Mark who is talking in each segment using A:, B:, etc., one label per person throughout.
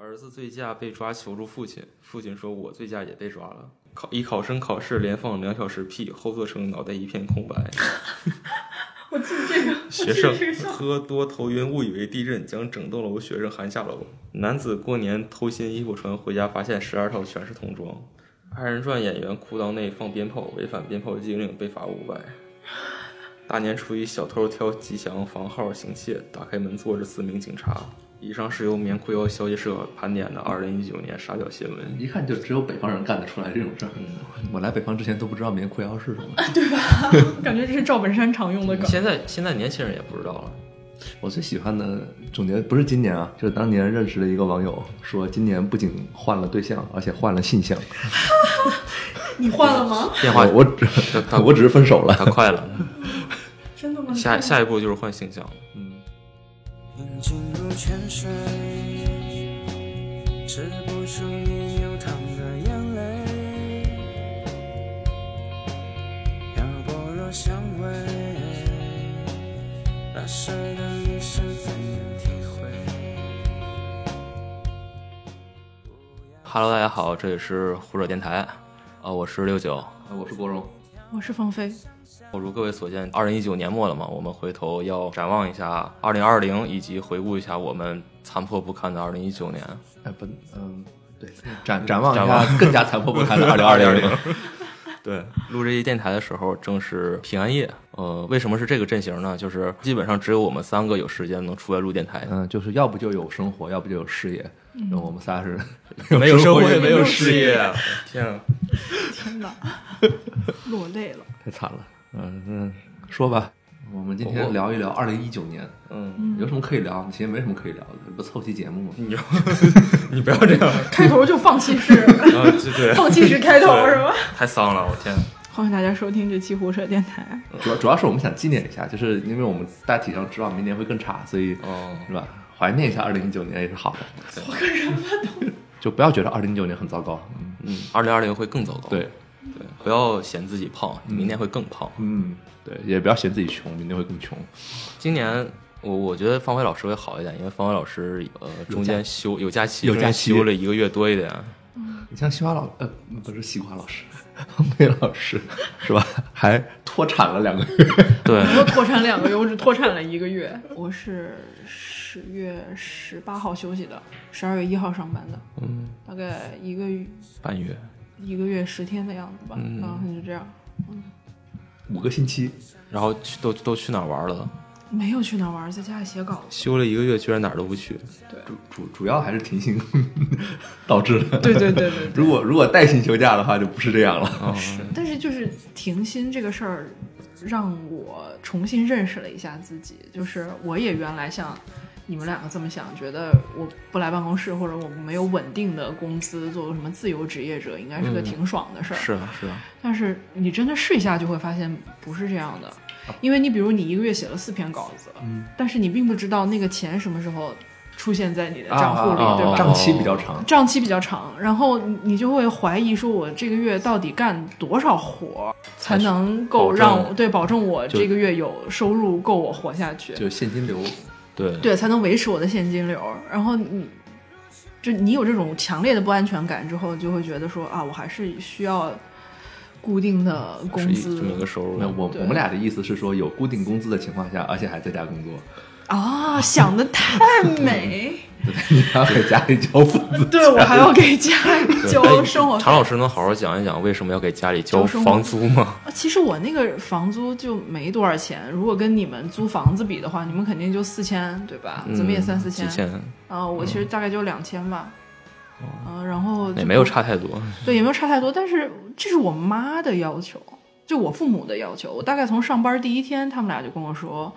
A: 儿子醉驾被抓，求助父亲。父亲说：“我醉驾也被抓了。”考以考生考试连放两小时屁，后座乘脑袋一片空白。
B: 我记得这个，我
A: 学
B: 记得
A: 生
B: 这个笑
A: 喝多头晕，误以为地震将整栋楼学生含下楼。男子过年偷新衣服穿回家，发现十二套全是童装。二人转演员裤裆内放鞭炮，违反鞭炮禁令被罚五百。大年初一，小偷挑吉祥房号行窃，打开门坐着四名警察。以上是由棉裤腰消息社盘点的二零一九年沙雕新闻。
C: 一看就只有北方人干得出来这种事儿。嗯我来北方之前都不知道棉裤腰是什么。
B: 感觉这是赵本山常用的梗。
A: 现在现在年轻人也不知道了，
C: 我最喜欢的总结不是今年啊，就是当年认识的一个网友说，今年不仅换了对象，而且换了信箱。
B: 你换了吗？
A: 变化
C: 我只
A: 他他
C: 我只是分手了。
A: 他快 了，
B: 真的吗？
A: 下下一步就是换形象了。
C: 嗯，
D: 饮尽入泉水，止不住你流淌的眼泪，漂泊若香味，那时的你是怎样体会？
A: Hello，大家好，这里是胡扯电台，啊、我是六九。
C: 我是郭荣。
B: 我是放飞，
A: 我如各位所见，二零一九年末了嘛，我们回头要展望一下二零二零，以及回顾一下我们残破不堪的二零一九年。
C: 哎，不，嗯，对，展展望一
A: 展
C: 下
A: 望
C: 更加残破不堪的二零二零。
A: 对，录这一电台的时候正是平安夜，呃，为什么是这个阵型呢？就是基本上只有我们三个有时间能出来录电台，
C: 嗯，就是要不就有生活，要不就有事业。然后我们仨是
A: 没有
C: 生
A: 活也
C: 也
A: 嗯没
C: 有
A: 有
C: 事
A: 事业， 天啊！
B: 天哪，落泪了。
C: 太惨了。嗯，那说吧，我们今天
A: 我
C: 聊一聊二零一九年，
A: 嗯，
B: 嗯
C: 有什么可以聊？其实没什么可以聊的，不凑期节目吗？
A: 你就你不要这 样，
B: 开头就放弃式，
A: 啊，对对，
B: 放弃式开头
A: 对
B: 是吧？
A: 太丧了，我天！
B: 欢迎大家收听这期胡扯电台。
C: 主要主要是我们想纪念一下，就是因为我们大体上知道明年会更差，所以
A: 哦，
C: 是吧？怀念一下二零一九年也是好的。我个什么 就不要觉得二零一九年很糟糕。嗯，
A: 嗯，二零二零会更糟糕，
C: 对，
A: 对，不要嫌自己胖，你明年会更胖。
C: 嗯，对，也不要嫌自己穷，明年会更穷。
A: 今年我我觉得方辉老师会好一点，因为方辉老师呃中间休有假期，
C: 有假期
A: 中间休了一个月多一点。
C: 你像西瓜老呃不是西瓜老师， 方贝老师是吧？还脱产了两个月。
A: 对，
B: 我脱产两个月，我只脱产了一个月。我是十月十八号休息的，十二月一号上班的，
A: 嗯，
B: 大概一个
A: 半月，
B: 一个月十天的样子吧。
A: 嗯
B: 然后就这样，
C: 五个星期，
A: 然后去都都去哪儿玩了？
B: 没有去哪儿玩，在家里写稿。
A: 休了一个月，居然哪儿都不去。
C: 主主主要还是停薪 导致的。
B: 对对对对对。
C: 如果如果带薪休假的话，就不是这样了。
A: 啊、
B: 但是就是停薪这个事儿，让我重新认识了一下自己。就是我也原来像你们两个这么想，觉得我不来办公室或者我没有稳定的工资，做什么自由职业者应该是个
A: 嗯
B: 挺爽的事儿、
A: 是啊是啊，
B: 但是你真的试一下，就会发现不是这样的。
A: 啊
B: 因为你比如你一个月写了四篇稿子，
A: 嗯
B: 但是你并不知道那个钱什么时候出现在你的账户里，
A: 啊啊
B: 对吧？
A: 啊
C: 账期比较长。
B: 账期比较长，然后你你就会怀疑说，我这个月到底干多少活儿才
A: 才
B: 能够
A: 保证
B: 让我对保证我
A: 就
B: 这个月有收入够我活下去，
C: 就现金流，
A: 对
B: 对，才能维持我的现金流。然后你就你有这种强烈的不安全感之后，就会觉得说啊，我还是需要固定的
A: 是
B: 工
A: 一
B: 资
A: 这么一个收入。
C: 那我
B: 对
C: 我们俩的意思是说，有固定工资的情况下，而且还在家 工作，
B: 啊，想的太 美，
C: 你还要给家里交父母。
B: 对我还要给家 里交生活费
A: 常。老师能好好讲一讲为什么要给家里交
B: 交生活
A: 房租吗？
B: 啊其实我那个房租就没多少钱，如果跟你们租房子比的话，你们肯定就四千，对吧？怎么也
A: 嗯
B: 三四
A: 几千，嗯哦
B: 啊、我其实大概就两千吧。嗯、然后就
A: 也没有，差太多。
B: 对，也没有差太多。但是这是我妈的要求，就我父母的要求。我大概从上班第一天，他们俩就跟我说。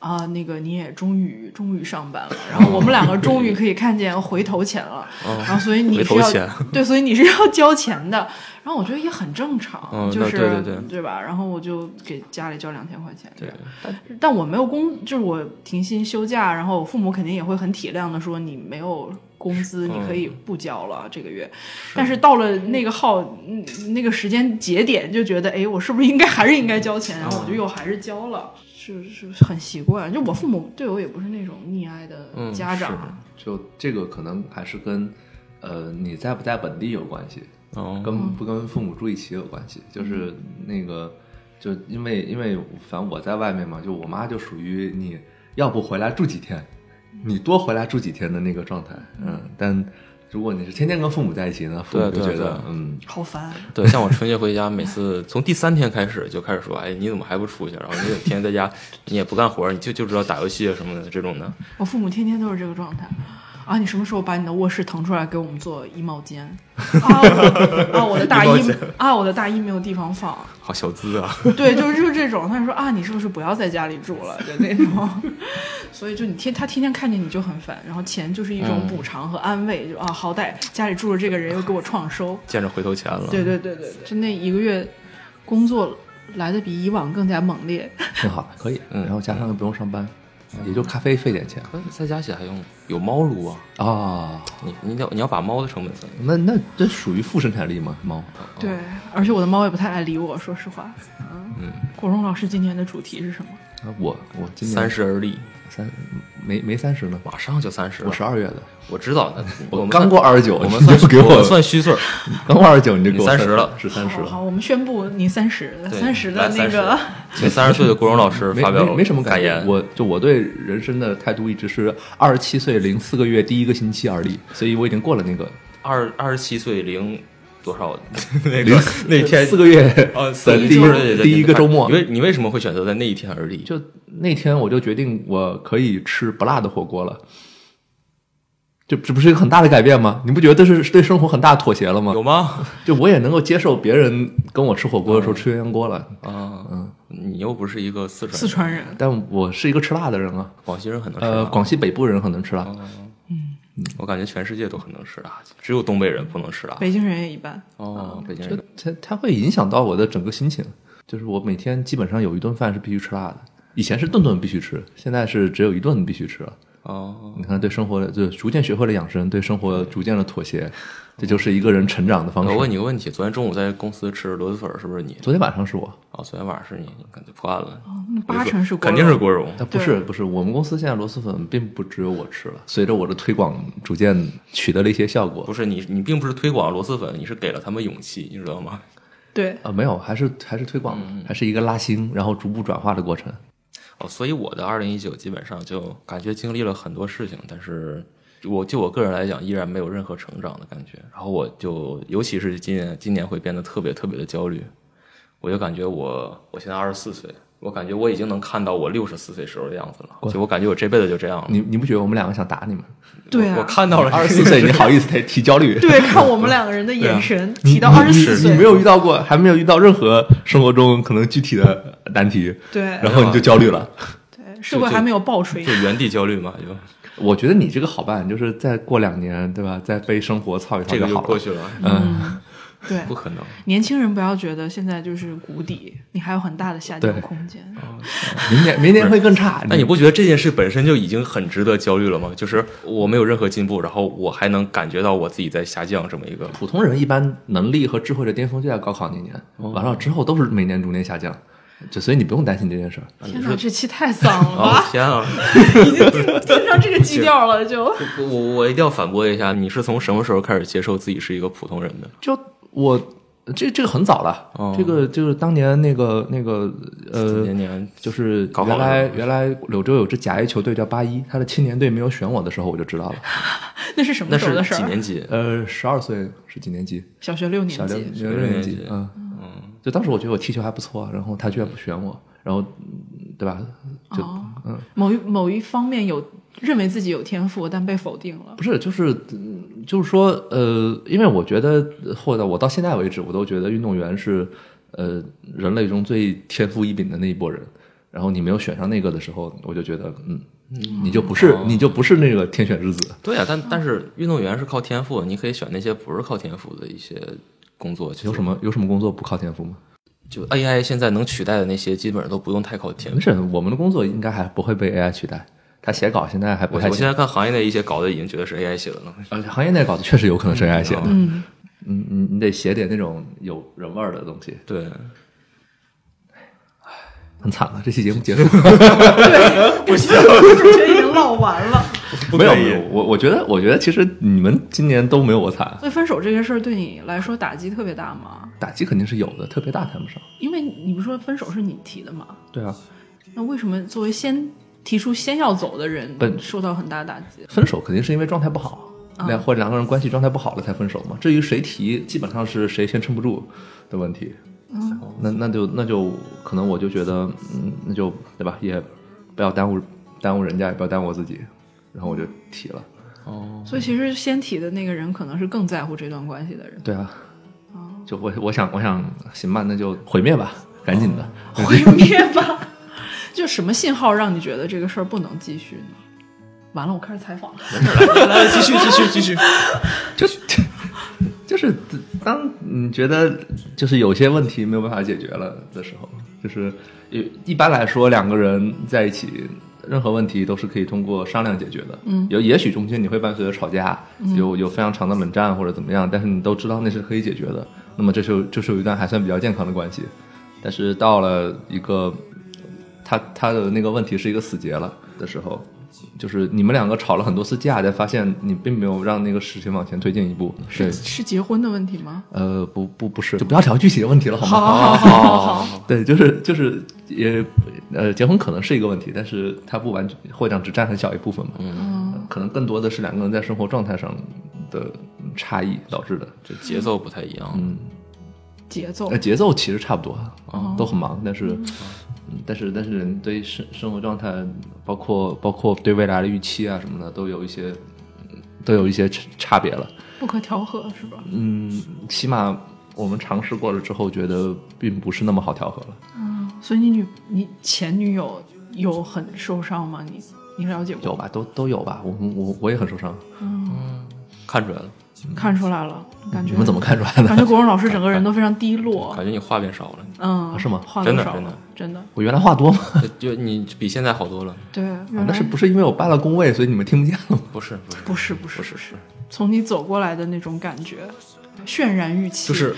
B: 啊、那个你也终于终于上班了，然后我们两个终于可以看见回头钱了，然后所以
A: 哦
B: 你
A: 回
B: 是
A: 头
B: 要
A: 钱，
B: 对，所以你是要交钱的。然后我觉得也很正常，
A: 嗯
B: 就
A: 那
B: 是
A: 对对对
B: 吧？然后我就给家里交两千块钱，这样
A: 对。
B: 但但我没有工，就是我停薪休假，然后我父母肯定也会很体谅的说你没有工资你可以
A: 嗯
B: 不交了这个月，但是到了那个号嗯那个时间节点，就觉得哎，我是不是应该 还是应该交钱？然后我
A: 嗯
B: 就又还是交了，是是很习惯。就我父母对我也不是那种溺爱的
A: 嗯
B: 家长，
C: 就这个可能还是跟呃你在不在本地有关系，
A: 哦，
C: 跟不跟父母住一起有关系，就是那个，就因为因为反正我在外面嘛，就我妈就属于你要不回来住几天，你多回来住几天的那个状态，嗯，但如果你是天天跟父母在一起呢，父母就
A: 对
C: 觉
A: 对
C: 得
A: 对
C: 嗯，
B: 好烦。
A: 对，像我春节回家，每次从第三天开始就开始说，哎，你怎么还不出去？然后你怎么天天在家，你也不干活，你就就知道打游戏啊什么的这种的。
B: 我父母天天都是这个状态。啊！你什么时候把你的卧室腾出来给我们做衣帽间？啊，我啊，我的大
A: 衣帽
B: 衣
A: 间
B: 啊，我的大衣没有地方放。
A: 好小资啊！
B: 对，就是就是这种。他就说啊，你是不是不要在家里住了？就那种。 所以就你天他天天看见你就很烦，然后钱就是一种
A: 嗯
B: 补偿和安慰，就啊，好歹家里住着这个人又给我创收。
A: 见着回头钱了。
B: 对对对对对，就那一个月工作来的比以往更加猛烈。
C: 挺好，可以，
A: 嗯
C: 然后加上又不用上班，也就咖啡费点钱
A: 哎在家写还用有猫撸啊？
C: 啊，
A: 你你要你要把猫的成本算进去。
C: 那那这属于负生产力嘛，猫，
B: 对，而且我的猫也不太爱理我，说实话。嗯，果荣老师今年的主题是什么？
C: 啊我我今年
A: 三十而立，
C: 三没没三十呢，
A: 马上就三十了。
C: 我十二月的，
A: 我知道的，我们
C: 刚过二十九，
A: 我们
C: 你
A: 算
C: 就给
A: 我
C: 我
A: 们算虚岁 儿，
C: 刚过二十九你就给我
A: 你30了
C: 是三十
B: 好
C: 了
B: 好，。我们宣布你三十，
A: 对
B: 三十的
A: 来
B: 那个
A: 30请三十岁的国荣老师
C: 没
A: 发表
C: 没没什么
A: 感
C: 觉
A: 言。
C: 我就我对人生的态度一直是二十七岁零四个月第一个星期而立，所以我已经过了那个
A: 二二十七岁零多 少那个那天
C: 四个月
A: 呃
C: 的第一哦第一个周末
A: 你，为你为什么会选择在那一天而立？
C: 就那天我就决定我可以吃不辣的火锅了。这这不是一个很大的改变吗？你不觉得这是对生活很大的妥协了吗
A: 有？吗？
C: 就我也能够接受别人跟我吃火锅的时候吃鸳鸯锅了，
A: 啊，你又不是一个四川人
B: 四川人，
C: 但我是一个吃辣的人啊。
A: 广西人，很能吃
C: 呃，
A: 辣
C: 广西北部人很能吃
A: 哦
C: 辣，
A: 我感觉全世界都很能吃辣，只有东北人不能吃辣。
B: 北京人也一般。
A: 哦，北京
C: 就
A: 人
C: 它它会影响到我的整个心情。就是我每天基本上有一顿饭是必须吃辣的，以前是顿顿必须吃，现在是只有一顿必须吃了。
A: 哦，
C: 你看，对生活的就逐渐学会了养生，对生活逐渐的妥协，这就是一个人成长的方
A: 我
C: 式。
A: 问你个问题，昨天中午在公司吃螺蛳粉儿是不是你？
C: 昨天晚上是我，
A: 哦，昨天晚上是你，感觉破案了。
B: 那哦八成是国
A: 肯
B: 肉
A: 定是国荣。
C: 啊，不是不是，我们公司现在螺蛳粉并不只有我吃了，随着我的推广逐渐取得了一些效果
A: 不。是你，你并不是推广螺蛳粉，你是给了他们勇气，你知道吗？
B: 对，
C: 啊，没有，还是还是推广，
A: 嗯
C: 还是一个拉新，然后逐步转化的过程。
A: 哦，所以我的二零一九基本上就感觉经历了很多事情，但是我就我个人来讲，依然没有任何成长的感觉。然后我就尤其是今年，今年会变得特别特别的焦虑。我就感觉我我现在二十四岁，我感觉我已经能看到我六十四岁时候的样子了。就我感觉我这辈子就这样了。
C: 你你不觉得我们两个想打你吗？
B: 对啊
A: 我看嗯到了
C: 二十四岁，你好意思提提焦虑？
B: 对，看我们两个人的眼神，提到
C: 你
B: 二十四
C: 你
B: 岁，
C: 你没有遇到过，还没有遇到任何生活中可能具体的难题，
A: 哎
B: 对
C: 然后你就焦虑了。
A: 啊
B: 对，社会还没有暴锤
A: 就，原地焦虑嘛，就
C: 我觉得你这个好办，就是再过两年，对吧？再被生活操一操
A: 这个就
C: 好
A: 过
C: 了。
A: 去了。
C: 嗯，
B: 对，
A: 不可能，
B: 年轻人不要觉得现在就是谷底，你还有很大的下降
C: 对
B: 空间。
C: 明年明年会更差。
A: 那你不觉得这件事本身就已经很值得焦虑了吗？就是我没有任何进步，然后我还能感觉到我自己在下降，这么一个
C: 普通人一般能力和智慧的巅峰就在高考那年，完了之后都是每年逐年下降，就所以你不用担心这件事儿。
B: 天哪，这期太丧了
A: 哦
B: 吧！
A: 天啊！
B: 已经定 定上这个基调了，就
A: 我 我一定要反驳一下，你是从什么时候开始接受自己是一个普通人的？
C: 就我这这个很早了，
A: 哦
C: 这个就是当年那个那个呃
A: 年年
C: 就是
A: 搞好
C: 原
A: 了
C: 来
A: 是吧
C: 原来柳州有支甲 A 球队叫八一，他的青年队没有选我的时候我就知道了。
B: 那是什么
A: 那
B: 时候
A: 是
B: 的事
A: 几
B: 儿？
A: 年级？
C: 呃，十二岁是几年级？
B: 小学六
C: 小
B: 年
C: 六
B: 级，
C: 六
A: 六
C: 年
A: 年
C: 级
A: 级
C: 啊。嗯，就当时我觉得我踢球还不错，啊然后他居然不选我，然后嗯对吧？就、
B: 哦
C: 嗯，
B: 某一某一方面有认为自己有天赋，但被否定了。
C: 不是，就是嗯就是说，呃，因为我觉得，或者我到现在为止，我都觉得运动员是呃人类中最天赋异禀的那一波人。然后你没有选上那个的时候，我就觉得，嗯，你就不是，你就不是那个天选之子。
A: 对啊，但但是运动员是靠天赋，你可以选那些不是靠天赋的一些工作。
C: 有什
A: 么？
C: 么有什么工作不靠天赋吗？
A: 就 AI 现在能取代的那些，基本上都不用太靠天
C: 没
A: 赋。
C: 事，我们的工作应该还不会被 AI 取代，他写稿现在还不
A: 我
C: 太
A: 我
C: 行
A: 现。在看行业内一些稿子，已经觉得是 AI 写的了。
C: 呃，行业内稿子确实有可能是 AI 写的，
B: 嗯，
C: 嗯，你你得写点那种有人味儿的东西，
A: 对，
C: 很惨了。这期节目结束了
B: 不行，我就觉得已经唠完了。
A: 不
C: 没有
A: 可以
C: 没有，我我觉得我觉得其实你们今年都没有我惨，
B: 所以分手这个事儿对你来说打击特别大吗？
C: 打击肯定是有的，特别大谈不上。
B: 因为你不是说分手是你提的吗？
C: 对啊，
B: 那为什么作为先提出先要走的人
C: 本
B: 受到很大打击？
C: 分手肯定是因为状态不好，
B: 嗯
C: 两、或者两个人关系状态不好了才分手嘛。至于谁提，基本上是谁先撑不住的问题。
B: 嗯，
C: 那那就那就可能我就觉得，嗯，那就对吧？也不要耽误耽误人家，也不要耽误我自己。然后我就提了。
A: 哦，
B: 所以其实先提的那个人可能是更在乎这段关系 的人。
C: 对啊，
B: 哦
C: 就我我想我想行吧，那就毁灭吧，赶紧的。
B: 毁灭吧！就什么信号让你觉得这个事儿不能继续呢？完了，我开始采访了。
A: 来来，继续继续继续。
C: 就就是当你觉得就是有些问题没有办法解决了的时候，就是一一般来说两个人在一起，任何问题都是可以通过商量解决的。
B: 嗯
C: 有也许中间你会伴随着吵架，有有非常长的冷战或者怎么样，但是你都知道那是可以解决的。那么这是这是一段还算比较健康的关系，但是到了一个他他的那个问题是一个死结了的时候，就是你们两个吵了很多次架，才发现你并没有让那个事情往前推进一步。
B: 是是结婚的问题吗？
C: 呃，不不不是，就不要聊具体的问题了，好吗？
A: 啊
B: 好好好好好，
C: 对，就是就是也呃，结婚可能是一个问题，但是它不完全或者只占很小一部分嘛。呃
B: 嗯，
C: 可能更多的是两个人在生活状态上的差异导致的。
A: 这节奏不太一样。
C: 嗯，
B: 节奏
C: 呃，节奏其实差不多，啊都很忙，但是，哦嗯但是但是人对生生活状态，包括包括对未来的预期啊什么的，都有一些嗯都有一些差差别了。
B: 不可调和是吧？
C: 嗯，起码我们尝试过了之后，觉得并不是那么好调和了。
B: 所以你女你前女友有很受伤吗？你你了解过
C: 有
B: 吗？
C: 吧，都都有吧。我我我也很受伤，
B: 嗯，
A: 看出来了，
B: 看出来了，感
C: 嗯你
B: 觉
C: 们怎么看出来
B: 感觉
C: 的？
B: 国荣老师整个人都非常低落
A: 感。觉你话变少了，
B: 嗯，
C: 啊是吗
B: 话都
A: 真的
B: 少
A: 真的
B: 了，真的
C: 我原来话多吗？
A: 就你比现在好多了。
B: 对，原
C: 啊那
B: 来
C: 是不是因为我搬了工位，所以你们听不见了吗？
A: 不是不是，
B: 不是不是
A: 不
B: 不
A: 是
B: 是，从你走过来的那种感觉，渲染预期
A: 就是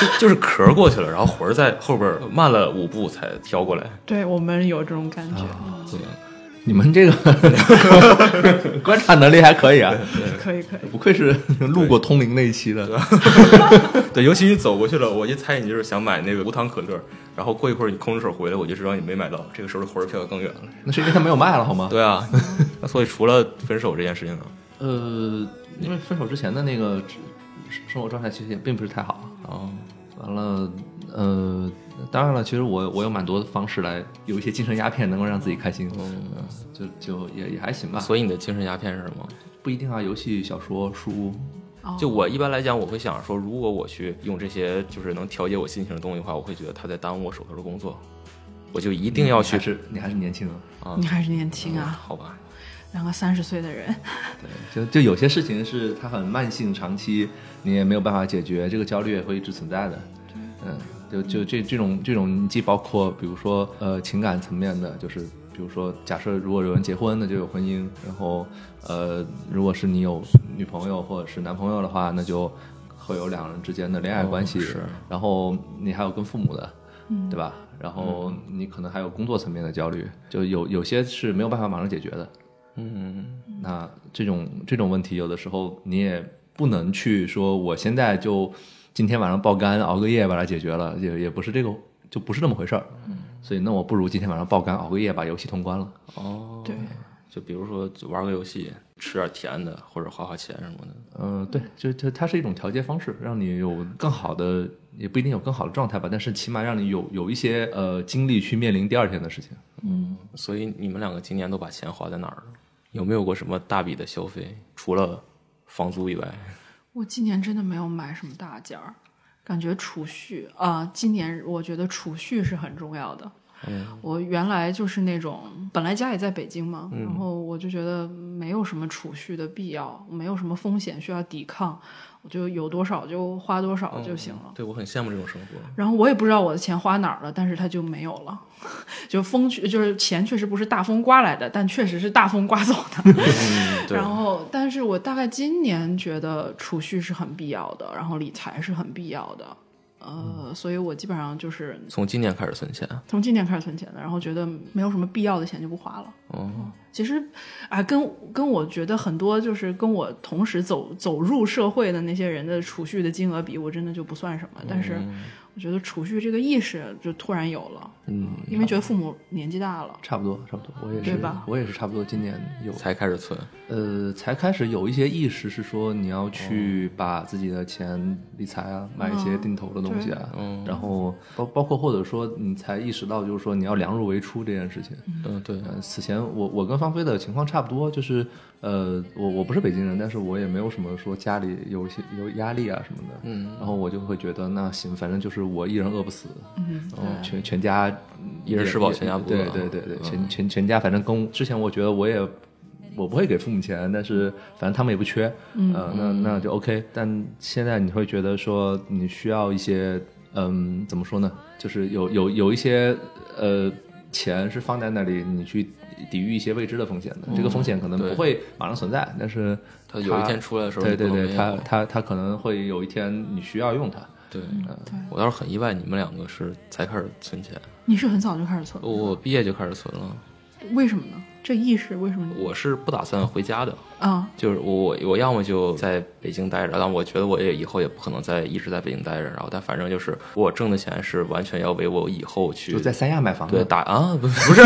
A: 就就是壳儿过去了，然后魂儿在后边儿慢了五步才飘过来。
B: 对我们有这种感觉，
C: 啊你们这个 观察能力还可以啊，
B: 嗯可以可以，
C: 不愧是路过通灵那一期的。
A: 对，尤其你走过去了，我一猜你就是想买那个无糖可乐，然后过一会儿你空着手回来，我就知道你没买到。这个时候魂儿飘得更远了。
C: 那是因为他没有卖了，好吗？
A: 对 啊，那所以除了分手这件事情呢，
C: 呃，因为分手之前的那个生活状态其实也并不是太好。
A: 哦，
C: 完了，呃，当然了，其实我我有蛮多的方式来有一些精神鸦片能够让自己开心，嗯，就就也也还行吧，
A: 啊所以你的精神鸦片是什么？
C: 不一定啊，游戏、小说、书，
B: 哦
A: 就我一般来讲，我会想说，如果我去用这些就是能调节我心情的东西的话，我会觉得它在耽误我手头的工作，我就一定要去
C: 还是你还是年轻啊，
A: 啊
B: 你还是年轻
A: 嗯
B: 啊，
A: 好吧，
B: 两个三十岁的人，
C: 就就有些事情是它很慢性、长期，你也没有办法解决，这个焦虑也会一直存在的。嗯，就就这这种这种，既包括比如说呃情感层面的，就是比如说假设如果有人结婚，那就有婚姻；然后呃，如果是你有女朋友或者是男朋友的话，那就会有两人之间的恋爱关系。
A: 哦是
C: 然后你还有跟父母的，
B: 嗯
C: 对吧？然后你可能还有工作层面的焦虑，就有有些是没有办法马上解决的。
A: 嗯，
C: 那这种这种问题，有的时候你也不能去说，我现在就今天晚上爆肝熬个夜把它解决了，也也不是这个，就不是那么回事儿。所以那我不如今天晚上爆肝熬个夜把游戏通关了。
A: 哦，
B: 对，
A: 就比如说就玩个游戏，吃点甜的，或者花花钱什么的。
C: 嗯、对，就它它是一种调节方式，让你有更好的，也不一定有更好的状态吧，但是起码让你有有一些呃精力去面临第二天的事情。
B: 嗯，
A: 所以你们两个今年都把钱花在哪儿了？有没有过什么大笔的消费？除了房租以外，
B: 我今年真的没有买什么大件儿，感觉储蓄啊、今年我觉得储蓄是很重要的，我原来就是那种本来家也在北京嘛，然后我就觉得没有什么储蓄的必要，没有什么风险需要抵抗，我就有多少就花多少就行了。
A: 对我很羡慕这种生活。
B: 然后我也不知道我的钱花哪儿了，但是它就没有了， 就风确就是钱确实不是大风刮来的，但确实是大风刮走的。
A: 嗯，对
B: 然后，但是我大概今年觉得储蓄是很必要的，然后理财是很必要的，
A: 嗯
B: 呃，所以我基本上就是
A: 从今年开始存钱。
B: 从今年开始存钱的，然后觉得没有什么必要的钱就不花了。嗯
A: 哦，
B: 其实，啊，跟跟我觉得很多就是跟我同时走走入社会的那些人的储蓄的金额比，我真的就不算什么。但是，我觉得储蓄这个意识就突然有了，
A: 嗯，
B: 因为觉得父母年纪大了，
C: 差不多，差不多，我也
B: 对
C: 是
B: 吧，
C: 我也是差不多，今年有
A: 才开始存。
C: 呃，才开始有一些意识是说你要去
A: 哦
C: 把自己的钱理财啊，买一些定投的东西啊，
A: 嗯
C: 然后包包括或者说你才意识到就是说你要量入为出这件事情。
A: 嗯，对，
C: 呃，此前我我跟芳菲的情况差不多，就是呃，我我不是北京人，但是我也没有什么说家里有一些有压力啊什么的，
A: 嗯，
C: 然后我就会觉得那行，反正就是我一人饿不死，
B: 嗯，
C: 嗯，全全家嗯
A: 一人吃饱全家不饿嗯
C: 对对对对，全全全家，反正跟之前我觉得我也我不会给父母钱，但
B: 嗯
C: 是反正他们也不缺，嗯，那那就 OK。但现在你会觉得说你需要一些，嗯，怎么说呢？就是有有有一些呃钱是放在那里，你去抵御一些未知的风险
B: 嗯
C: 的。这个风险可能
A: 对
C: 不会马上存在，但是
A: 它有一天出来的时候，
C: 对对
A: 你不能
C: 对，
A: 没
C: 它
A: 有
C: 它它可能会有一天你需要用它。
A: 对。
B: 对，
A: 我倒是很意外，你们两个是才开始存钱，
B: 你是很早就开始存了，
A: 我毕业就开始存了。
B: 为什么呢？这意识为什么你？
A: 我是不打算回家的，
B: 啊，
A: 就是我我我要么就在北京待着，但我觉得我也以后也不可能再一直在北京待着。然后，但反正就是我挣的钱是完全要为我以后去
C: 就在嗯三亚买房子，
A: 对打啊不 不是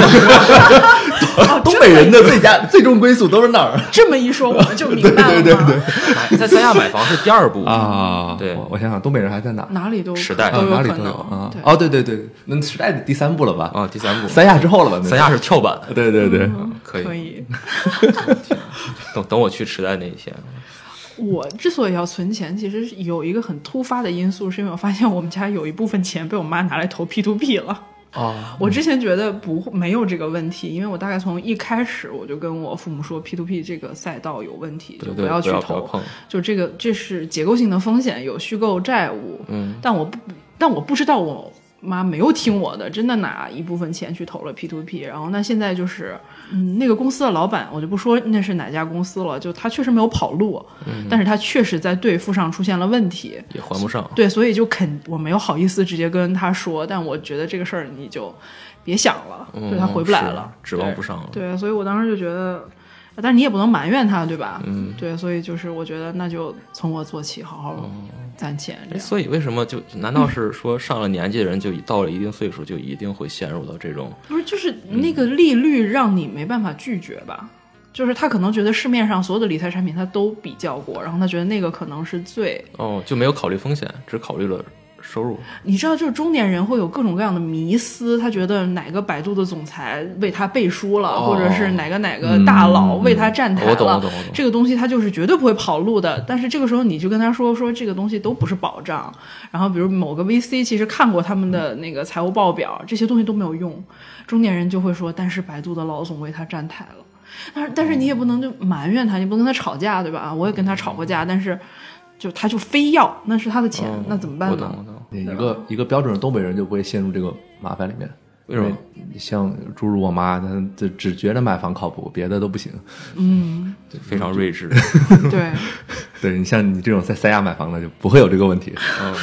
C: 东 北人的最佳最终归宿都是那儿
B: 这么一说我们就明 白了吗？
A: 买在三亚买房是第二步，
C: 啊
A: 对
C: 我我想想，东北人还在哪？
B: 哪里都
A: 时代
B: 都
C: 啊，
B: 有
C: 哪里
B: 可
C: 都
B: 能
C: 有啊
B: 对。
C: 哦，对对对，那时代的第三部了吧？
A: 啊第三步，
C: 三亚之后了吧？那
A: 三亚是跳板，
C: 对对对，
A: 可以
B: 可以，
A: 等等我去池袋那一天，
B: 我之所以要存钱，其实是有一个很突发的因素，是因为我发现我们家有一部分钱被我妈拿来投 P to P 了。
C: 啊嗯
A: 哦，
B: 我之前觉得不会没有这个问题，因为我大概从一开始我就跟我父母说 P to P 这个赛道有问题，
A: 对
B: 就
A: 对，
B: 要
A: 不
B: 去
A: 要不要
B: 投，
A: 碰，
B: 就这个这是结构性的风险，有虚构债务。
A: 嗯，
B: 但我不，但我不知道我妈没有听我的，真的拿一部分钱去投了 P to P。然后那现在就是，嗯，那个公司的老板，我就不说那是哪家公司了，就他确实没有跑路，
A: 嗯
B: 但是他确实在兑付上出现了问题。
A: 也还不上，
B: 对，所以就肯我没有好意思直接跟他说，但我觉得这个事儿你就别想了，
A: 嗯
B: 就他回不来
A: 是
B: 了，
A: 指望
B: 对
A: 不上了，
B: 对，所以我当时就觉得，但是你也不能埋怨他，对吧？嗯，对，所以就是我觉得那就从我做起，好好攒钱。这
A: 哦哎，
B: 样
A: 所以为什么就难道是说上了年纪的人就到了一定岁数就一定会陷入到这种
B: 不是就是
A: 嗯
B: 那个利率让你没办法拒绝吧？就是他可能觉得市面上所有的理财产品他都比较过，然后他觉得那个可能是最
A: 哦就没有考虑风险，只考虑了收入？
B: 你知道，就是中年人会有各种各样的迷思，他觉得哪个百度的总裁为他背书了，
A: 哦嗯
B: 或者是哪个哪个大佬为他站台了，
A: 我懂我懂我懂
B: 这个东西他就是绝对不会跑路
A: 嗯
B: 的。但是这个时候你就跟他说说这个东西都不是保障，然后比如某个 VC 其实看过他们的那个财务报表，这些东西都没有用。中年人就会说，但是百度的老总为他站台了。但是但是你也不能就埋怨他，你不能跟他吵架，对吧？我也跟他吵过架，但是就他就非要，那是他的钱，
A: 嗯
B: 那怎么办
A: 我
B: 呢？
A: 懂我懂，
C: 一个一个标准的东北人就不会陷入这个麻烦里面。
A: 为什么？
C: 像诸如我妈，她就只觉得买房靠谱，别的都不行。
A: 对非常睿智，
B: 对，
C: 对你像你这种在三亚买房的，就不会有这个问题。
A: 嗯，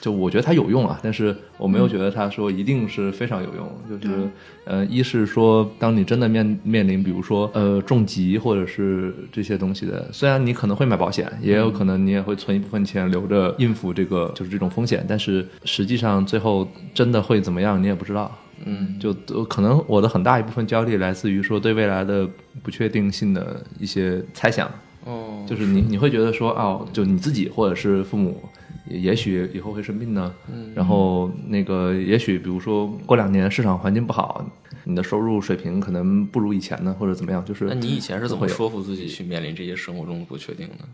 C: 就我觉得它有用啊，但是我没有觉得它说一定是非常有用。就是，呃，一是说，当你真的面面临，比如说呃重疾或者是这些东西的，虽然你可能会买保险，也有可能你也会存一部分钱留着应付这个就是这种风险，但是实际上最后真的会怎么样，你也不知道。嗯，就都可能我的很大一部分焦虑来自于说对未来的不确定性的一些猜想。
A: 哦，
C: 就是你你会觉得说哦，就你自己或者是父母，也也许以后会生病呢。
A: 嗯
C: 然后那个也许比如说过两年市场环境不好，你的收入水平可能不如以前呢，或者怎么样。就是
A: 那你以前是怎么
C: 会有
A: 说服自己去面临这些生活中的不确定的？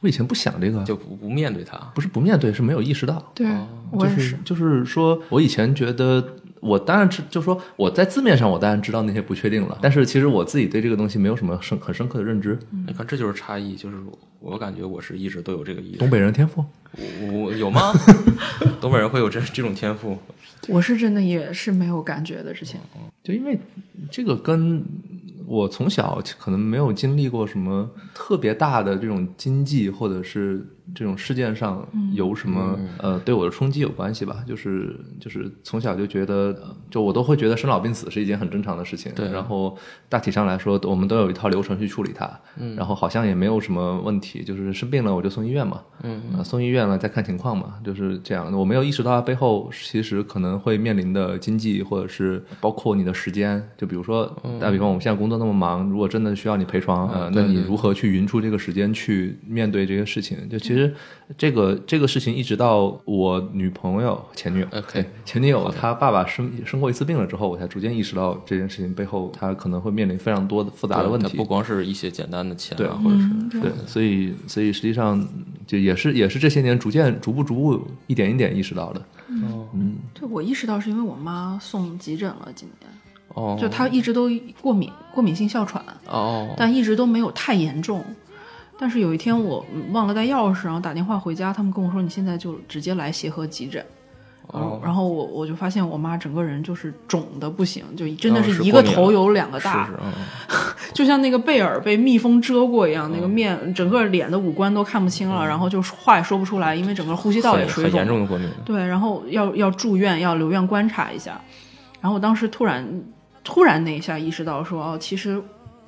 C: 我以前不想这个，
A: 就不不面对它？哦
C: 不是不面对，是没有意识到。
B: 对，我
C: 嗯就
B: 也
C: 是就是说我以前觉得我当然知，就说我在字面上我当然知道那些不确定了，但是其实我自己对这个东西没有什么深很深刻的认知。
A: 你看，这就是差异，就是我感觉我是一直都有这个意识。
C: 东北人天赋，
A: 我，我我有 吗？东北人会有这这种天赋？
B: 我是真的也是没有感觉的，之前
C: 就因为这个跟我从小可能没有经历过什么特别大的这种经济或者是这种事件上有什么、呃对我的冲击有关系吧，就是就是从小就觉得，呃就我都会觉得生老病死是一件很正常的事情，
A: 对
C: 然后大体上来说，我们都有一套流程去处理它，然后好像也没有什么问题，就是生病了我就送医院嘛，
A: 嗯
C: 啊，送医院了再看情况嘛，就是这样的。我没有意识到它背后其实可能会面临的经济，或者是包括你的时间。就比如说，打比方，我们现在工作那么忙，如果真的需要你陪床，呃，
A: 嗯
C: 那
A: 啊对
C: 你
A: 对
C: 如何去匀出这个时间去面对这些事情？就其实这个这个事情，一直到我女朋友前女友
A: OK
C: 对前女友她爸爸生生过一次病了之后，我才逐渐意识到这件事情背后，她可能会面临非常多的复杂的问
A: 对
C: 题
A: 它不。光是一些简单的钱
C: 对
A: 啊，或者是
B: 嗯对
C: 对，所以所以实际上就也是也是这些年逐渐逐步逐步一点一点意识到的。嗯
B: 对我意识到是因为我妈送急诊了，今年
A: 哦，
B: 就她一直都过敏，过敏性哮喘，
A: 哦，
B: 但一直都没有太严重。但是有一天我嗯忘了带钥匙，然后打电话回家，他们跟我说你现在就直接来协和急诊。
A: 哦
B: 然后我我就发现我妈整个人就是肿的不行，就真的
A: 哦是
B: 一
A: 过
B: 个
A: 敏
B: 头
A: 了
B: 有两个
A: 是
B: 大，
A: 是哦嗯嗯
B: 就像那个贝尔被蜜蜂蛰过一样，那个面整个脸的五官都看不清了，然后就是话也说不出来，因为整个呼吸道也
A: 哦很
B: 水
A: 很
B: 肿
A: 严。重的过敏，
B: 对，然后要要住院，要留院观察一下。然后我当时突然突然那一下意识到说，哦，其实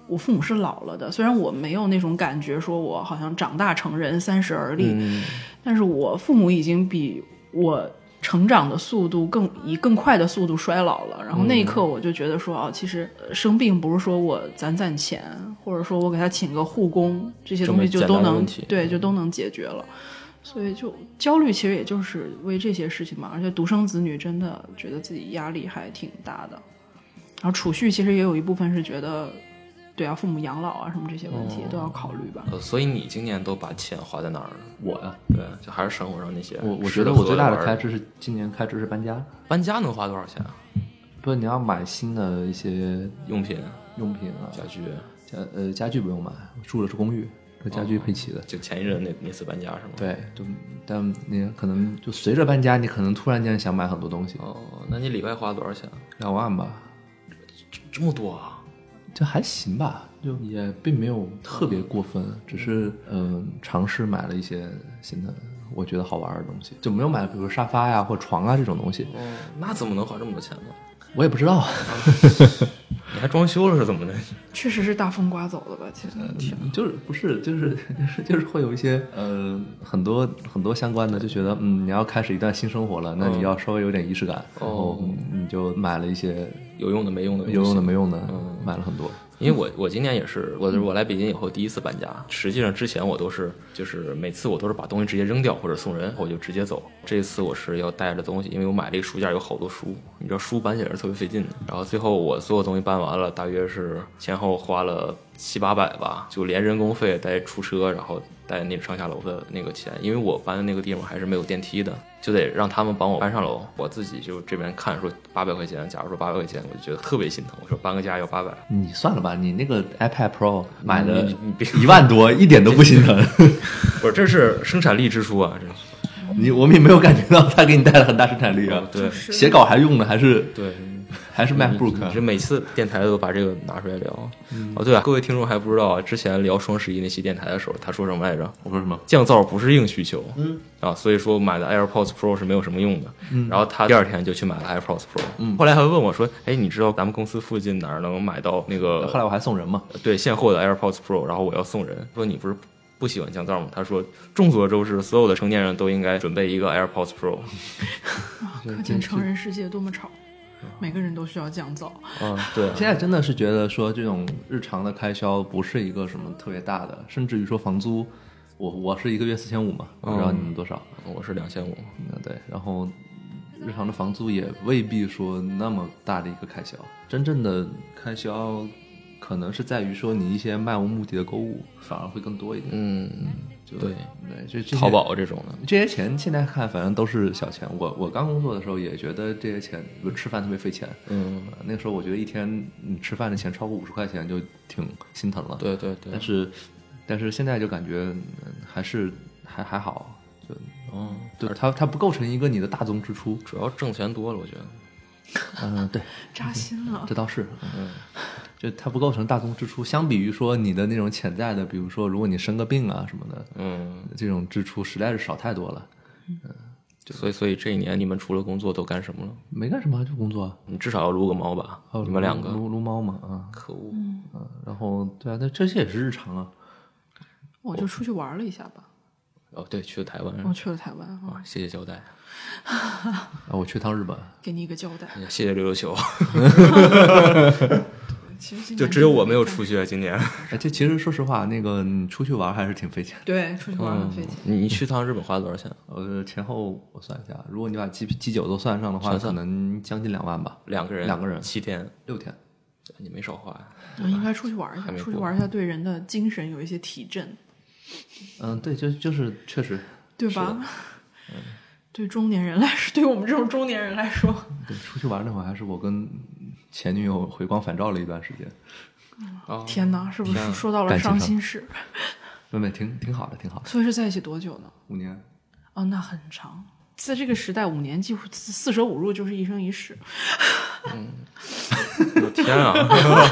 B: 我父母是老了的，虽然我没有那种感觉，说我好像长大成人，三十而立，
A: 嗯，
B: 但是我父母已经比我成长的速度更以更快的速度衰老了。然后那一刻我就觉得说，哦，其实呃生病不是说我攒攒钱，或者说我给他请个护工，这些东西就
A: 这么简单
B: 都
A: 的
B: 能
A: 问题嗯
B: 对，就都能解决了。所以就焦虑，其实也就是为这些事情嘛。而且独生子女真的觉得自己压力还挺大的，然后储蓄其实也有一部分是觉得，对啊，父母养老啊什么这些问题
A: 哦
B: 都要考虑吧。
A: 呃所以你今年都把钱花在哪儿了？
C: 我呀、
A: 对，就还是生活上那些。
C: 我我
A: 吃
C: 觉得我
A: 喝
C: 最大的
A: 玩
C: 开支是今年开支是搬家，
A: 搬家能花多少钱啊？
C: 不是你要买新的一些
A: 用品、
C: 用品啊，
A: 家具，
C: 家呃家具不用买，住的是公寓，和家具配齐的。
A: 就前一阵那那次搬家是吗？。
C: 对，就但你可能就随着搬家，你可能突然间想买很多东西，
A: 哦，那你礼拜花多少钱啊？
C: 两万吧，
A: 这这么多啊？
C: 这还行吧，就也并没有特别过分，只是嗯、尝试买了一些新的我觉得好玩的东西，就没有买比如沙发呀或床啊这种东西，
A: 哦，那怎么能花这么多钱呢？
C: 我也不知道，
A: 你还装修了是怎么的？
B: 确实是大风刮走的吧？其实挺
A: 嗯
C: 就是不是就是 就是就是会有一些呃很多很多相关的，就觉得嗯你要开始一段新生活了，那
A: 嗯
C: 你要稍微有点仪式感，然后嗯你就买了一些
A: 有嗯用的哦没用的东西
C: 有用的没用的，买了很多。
A: 因为我我今年也是，我我来北京以后第一次搬家。实际上之前我都是，就是每次我都是把东西直接扔掉或者送人，我就直接走。这次我是要带着东西，因为我买了一个书架，有好多书，你知道书搬起来是特别费劲的。然后最后我所有东西搬完了，大约是前后花了七八百吧，就连人工费带出车，然后带那个上下楼的那个钱，因为我搬的那个地方还是没有电梯的，就得让他们帮我搬上楼，我自己就这边看说八百块钱，假如说八百块钱，我就觉得特别心疼，我说搬个家要八百。
C: 你算了吧，你那个 iPad Pro 买的
A: 嗯你你别
C: 一万多，一点都不心疼。
A: 不是，这是生产力支出啊，这是
C: 你我们也没有感觉到它给你带来很大生产力啊。
A: 哦对
C: 写稿还用的还是
A: 对。
C: 还是
A: 你
C: MacBook，啊
A: 这每次电台都把这个拿出来聊。
C: 嗯
A: 哦，对啊，各位听众还不知道啊，之前聊双十一那期电台的时候，他说什么来着？
C: 我说什么？
A: 降噪不是硬需求，嗯啊，所以说买的 AirPods Pro 是没有什么用的。
C: 嗯
A: 然后他第二天就去买了 AirPods Pro，嗯，后来还问我说：“哎，你知道咱们公司附近哪儿能买到那个
C: 后来我还送人嘛，
A: 对现货的 AirPods Pro，然后我要送人，说你不是不喜欢降噪吗？他说众所周知，所有的成年人都应该准备一个 AirPods Pro。
B: 可见成人世界多么吵，每个人都需要降噪。
C: 嗯
A: 啊， 对啊，
C: 现在真的是觉得说这种日常的开销不是一个什么特别大的，甚至于说房租，我我是一个月四千五嘛，
A: 嗯
C: 不知道你们多少？
A: 我是两千五。
C: 嗯，对，然后日常的房租也未必说那么大的一个开销，真正的开销可能是在于说你一些漫无目的的购物反而会更多一点。
A: 嗯，
C: 就
A: 对
C: 对，就这些
E: 淘宝这种的。
C: 这些钱现在看反正都是小钱。我我刚工作的时候也觉得这些钱，比如吃饭特别费钱。
E: 嗯，
C: 呃那个时候我觉得一天你吃饭的钱超过五十块钱就挺心疼了。，
E: 对对对
C: 但。是但是现在就感觉嗯还是还还好，就
E: 哦，
C: 对它它不构成一个你的大宗支出。
E: 主要挣钱多了，我觉得。
C: 嗯，对，
B: 扎心了
C: 这。倒是， 嗯，就它不构成大宗支出，相比于说你的那种潜在的，比如说如果你生个病啊什么的，
E: 嗯，
C: 这种支出实在是少太多了。
E: 所以所以这一年你们除了工作都干什么了？
C: 没干什么，就工作。啊
E: 你至少要撸个猫吧？
C: 哦
E: 你们两个。
C: 撸撸猫嘛啊，
E: 可恶！
C: 嗯然后对啊，那这些也是日常啊。
B: 我就出去玩了一下吧，
E: 哦，对，去了台
A: 嗯
E: 湾。
B: 我去了台湾啊，
E: 啊，谢谢交代，
C: 啊，我去趟日本，
B: 给你一个交代。
E: 哎呀谢谢溜溜 球，
B: 其实今
A: 就
B: 年
A: 只有
B: 真的
A: 我没有
B: 干
A: 出。
E: 啊
A: 去，今年
C: 哎，这其实说实话，那个你出去玩还是挺费钱。
B: 对，出去玩很费钱。
E: 你 你去趟日本花了多少钱？
C: 呃，前后我算一下，如果你把机机酒都算上的话，
E: 算
C: 可
E: 算
C: 能将近两万吧，
E: 两个人，
C: 两个人
E: 七天，
C: 六天。
E: 你没少花呀。
B: 嗯应该出去玩一下
E: 还，没
B: 出去
E: 过
B: 玩一下对人的精神有一些提振，
C: 嗯，对，就就是确实
B: 对吧？对中年人来说，对我们这种中年人来说，
C: 嗯对，出去玩那会儿还是我跟前女友回光返照了一段时间，
E: 哦，
B: 天哪，是不是
E: 天啊
B: 说到了
C: 感情
B: 伤
C: 上
B: 心事？
C: 妹妹挺挺好的，挺好的，
B: 所以是在一起多久呢？
C: 五年。
B: 啊，那很长，在这个时代，五年几乎四四舍五入就是一生一世。
E: 我天 啊！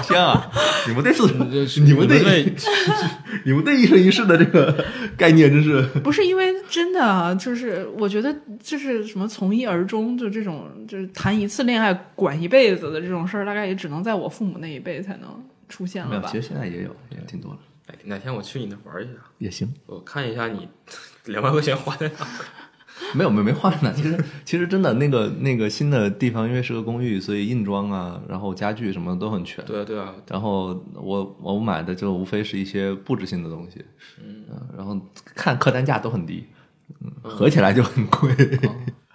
C: 天啊，你们这是你
E: 你
C: 们
E: 对
C: 这 你们这一生一世的这个概念真是
B: 不是因为真的啊，就是我觉得就是什么从一而终，就这种就是谈一次恋爱管一辈子的这种事儿，大概也只能在我父母那一辈才能出现
C: 没
B: 了
C: 有，
B: 吧
C: 其。实现在也有，也挺多了，
A: 哎哪天我去你那玩一下，
E: 啊
C: 也行。
A: 我看一下 你两万块钱花在哪。
C: 没有，没没换呢。其实其实真的那个那个新的地方，因为是个公寓，所以硬装啊，然后家具什么都很全。
A: 对啊对啊，
C: 然后我我买的就无非是一些布置性的东西，嗯，然后看客单价都很低，嗯，合起来就很贵。
A: 哦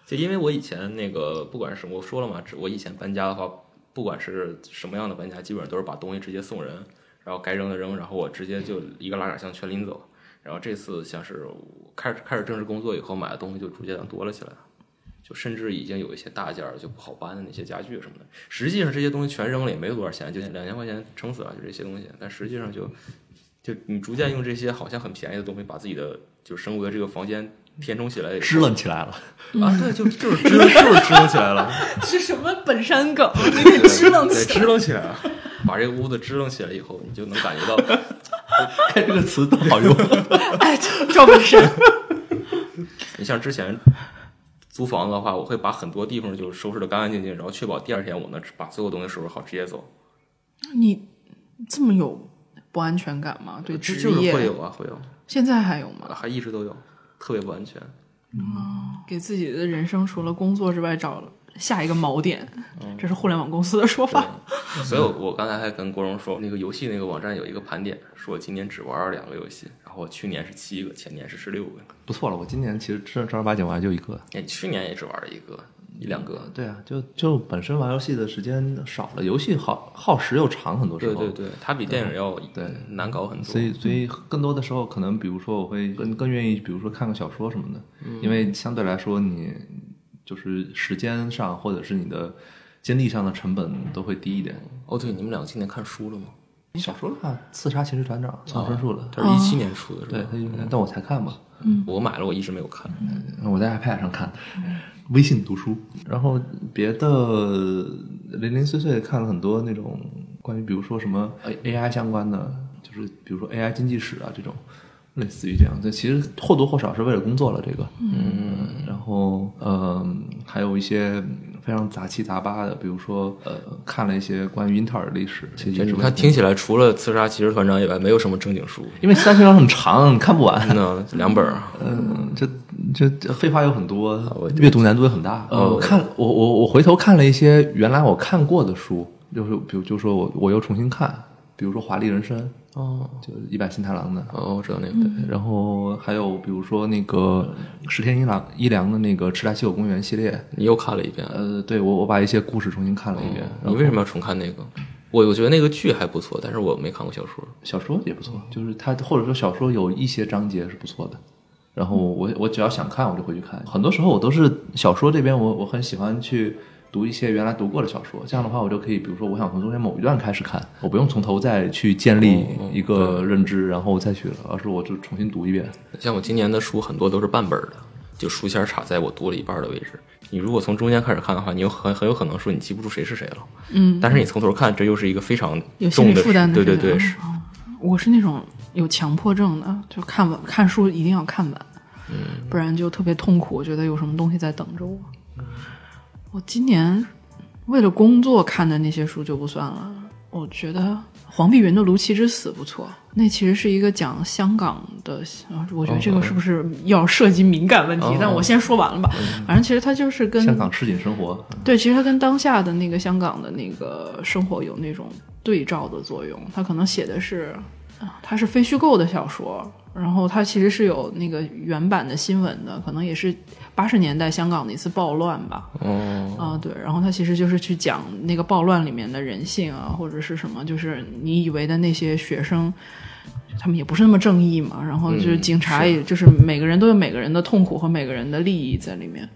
A: 就因为我以前那个，不管是我说了嘛，只我以前搬家的话，不管是什么样的搬家，基本上都是把东西直接送人，然后该扔的扔，然后我直接就一个拉杆箱全拎走。然后这次像是我开始开始正式工作以后，买的东西就逐渐的多了起来，就甚至已经有一些大件儿就不好搬的那些家具什么的，实际上这些东西全扔了也没有多少钱，就两千块钱撑死了，就这些东西。但实际上就就你逐渐用这些好像很便宜的东西，把自己的就生活的这个房间填充起来以后，
C: 支棱起来了，
A: 啊，对，就 就是支就是支棱起来了，
B: 是什么本山梗？你给 支棱
A: 对，
B: 起
A: 支
B: 来。
A: 棱起来了， 把这个屋子支棱起来以后，你就能感觉 到，
C: 看这个词都好用。
B: 哎，赵本山，
A: 你像之前租房子的话，我会把很多地方就收拾的干干净净，然后确保第二天我能把所有东西收拾好直接走，
B: 你这么有不安全感吗？对
A: 这
B: 职
A: 就是会
B: 业，
A: 有啊，会有，
B: 现在还有吗？
A: 还一直都有，特别不安全。
B: 给自己的人生除了工作之外找了下一个锚点，
A: 嗯
B: 这是互联网公司的说法。
A: 所以我，我刚才还跟国荣说，那个游戏那个网站有一个盘点，说我今年只玩了两个游戏，然后我去年是七个，前年是十六个，
C: 不错了，我今年其实正正儿八经玩就一个。
A: 哎，你去年也只玩了一个一两个，
C: 对啊，就就本身玩游戏的时间少了，游戏耗耗时又长，很多时候。
A: 对对对，它比电影要
C: 对
A: 难搞很多。
C: 所以，所以更多的时候，可能比如说，我会更更愿意，比如说看个小说什么的，因为相对来说，你就是时间上或者是你的精力上的成本都会低一点。
A: 哦，对，你们两个今年看书了吗？
C: 小说的话，《刺杀骑士团长》村上春树的，嗯
A: 它是一
B: 哦
A: 七年出的，是
C: 哦对
A: 吧，？
C: 他但我才看嘛，
B: 嗯
A: 我买了，我一直没有看。
C: 我在 iPad 上看的，微信读书。然后别的零零碎碎看了很多那种关于，比如说什么 A AI 相关的，就是比如说 AI 经济史啊这种，类似于这样。这其实或多或少是为了工作了这个，嗯，然后呃，还有一些。非常杂七杂八的，比如说，呃，看了一些关于英特尔的历史，其实也是
A: 你看，嗯听起来除了《刺杀骑士团长》以外，没有什么正经书。
C: 因为三十章很长，看不完。
A: 那两本儿，
C: 嗯，这这这废话有很多
A: 啊我，
C: 阅读难度也很大。呃，我看我我我回头看了一些原来我看过的书，就是比如就说我我又重新看，比如说《华丽人生》，
A: 哦
C: 就是一百新太郎的，
A: 哦，我知道那个，
C: 然后还有比如说那个石田一郎一良的那个《池袋西口公园》系列。
A: 你又看了一遍。
B: 嗯
C: 呃，对我我把一些故事重新看了一遍，然
A: 你
C: 后
A: 为什么要重看那个？我我觉得那个剧还不错，但是我没看过小说。嗯
C: 小说也不错，就是它或者说小说有一些章节是不错的，然后我我只要想看，我就回去看。很多时候我都是小说这边我，我很喜欢去读一些原来读过的小说，这样的
A: 嗯
C: 话我就可以，比如说我想从中间某一段开始看，我不用从头再去建
A: 嗯
C: 立一个认知，然后再去了，而是我就重新读一遍。
A: 像我今年的书很多都是半本儿的，就书签儿插在我读了一半儿的位置。你如果从中间开始看的话，你有很很有可能说你记不住谁是谁了。
B: 嗯，
A: 但是你从头看，这又是一个非常
B: 有心
A: 重
B: 理
A: 的
B: 负担的
A: 对
B: 这个
A: 对
B: 啊，
A: 对，是
B: 哦我是那种有强迫症的，就看完看书一定要看完，不然就特别痛苦。我觉得有什么东西在等着我。我今年为了工作看的那些书就不算了，我觉得黄碧云的《卢奇之死》不错，那其实是一个讲香港的，啊我觉得这个是不是要涉及敏感问题？
A: 哦
B: 但我先说完了吧。反正其实它就是跟
C: 香港市井生活，
B: 对，其实它跟当下的那个香港的那个生活有那种对照的作用。它可能写的是，啊它是非虚构的小说，然后它其实是有那个原版的新闻的，可能也是八十年代香港的一次暴乱吧。
A: 哦，
B: 啊，对，然后他其实就是去讲那个暴乱里面的人性啊，或者是什么，就是你以为的那些学生，他们也不是那么正义嘛。然后就是
A: 嗯
B: 警察
A: 是
B: 也就是每个人都有每个人的痛苦和每个人的利益在里面。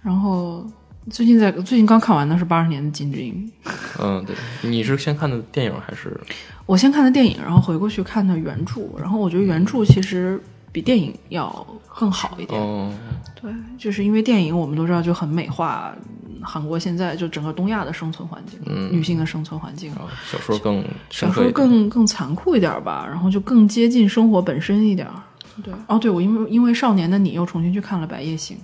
B: 然后最近在最近刚看完的是八十年的金智英，
A: 嗯，对，你是先看的电影还是？
B: 我先看的电影，然后回过去看的原著，然后我觉得原著其实比电影要更好一点。
A: 哦，
B: 对，就是因为电影我们都知道就很美化嗯韩国现在就整个东亚的生存环境，
A: 嗯
B: 女性的生存环境，
A: 啊，小说更深
B: 小
A: 刻
B: 说
A: 一点。
B: 更更残酷一点吧，然后就更接近生活本身一点。对，哦，对，我因为因为《少年的你》又重新去看了《白夜行》，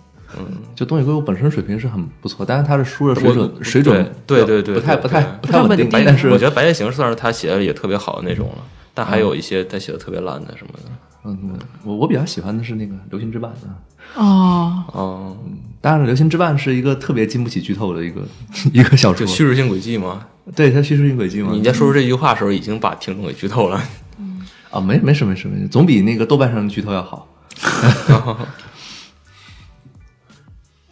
C: 就东野圭吾本身水平是很不错，但是他的书的水
A: 我
C: 准水准
A: 对对对
C: 不太
A: 对对
C: 不太
A: 对
C: 不
B: 不
C: 太
B: 太
C: 稳定
B: 稳，定
C: 但是
A: 我觉得《白夜行》算是嗯他写的也特别好的那种了，但还有一些他写的特别烂的什么的。
C: 嗯，我我比较喜欢的是那个《流星之绊》啊。
B: 哦，
A: 哦，
C: 当然，《流星之绊》是一个特别经不起剧透的一个 一个小
A: 就
C: 说，
A: 叙事性轨迹嘛。
C: 对它叙事性轨迹嘛。
A: 你在说出这句话的时候，已经把听众给剧透了。
C: 啊，没没事没事没事，总比那个豆瓣上的剧透要好。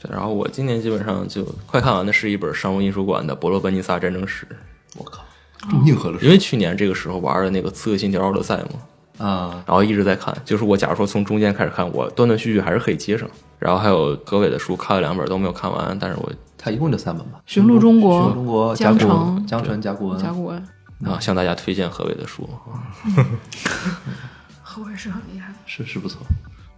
A: 对，然后我今年基本上就快看完的是一本商务印书馆的《伯罗奔尼撒战争史
C: 我靠，
B: 哦
C: 这么硬核的》，
A: 因为去年这个时候玩的那个《刺客信条：奥德赛》嘛，
C: 啊！
A: 然后一直在看。就是我假如说从中间开始看，我断断续续还是可以接上。然后还有葛伟的书，看了两本都没有看完，但是我
C: 它一共就三本吧，《
B: 寻路中国
C: 寻路中国》《甲
B: 江
C: 骨文》
B: 城
C: 《江城》《甲骨文
B: 甲》。骨文，
A: 啊向大家推荐何伟的书。
B: 何伟是很厉害。
C: 是是不错，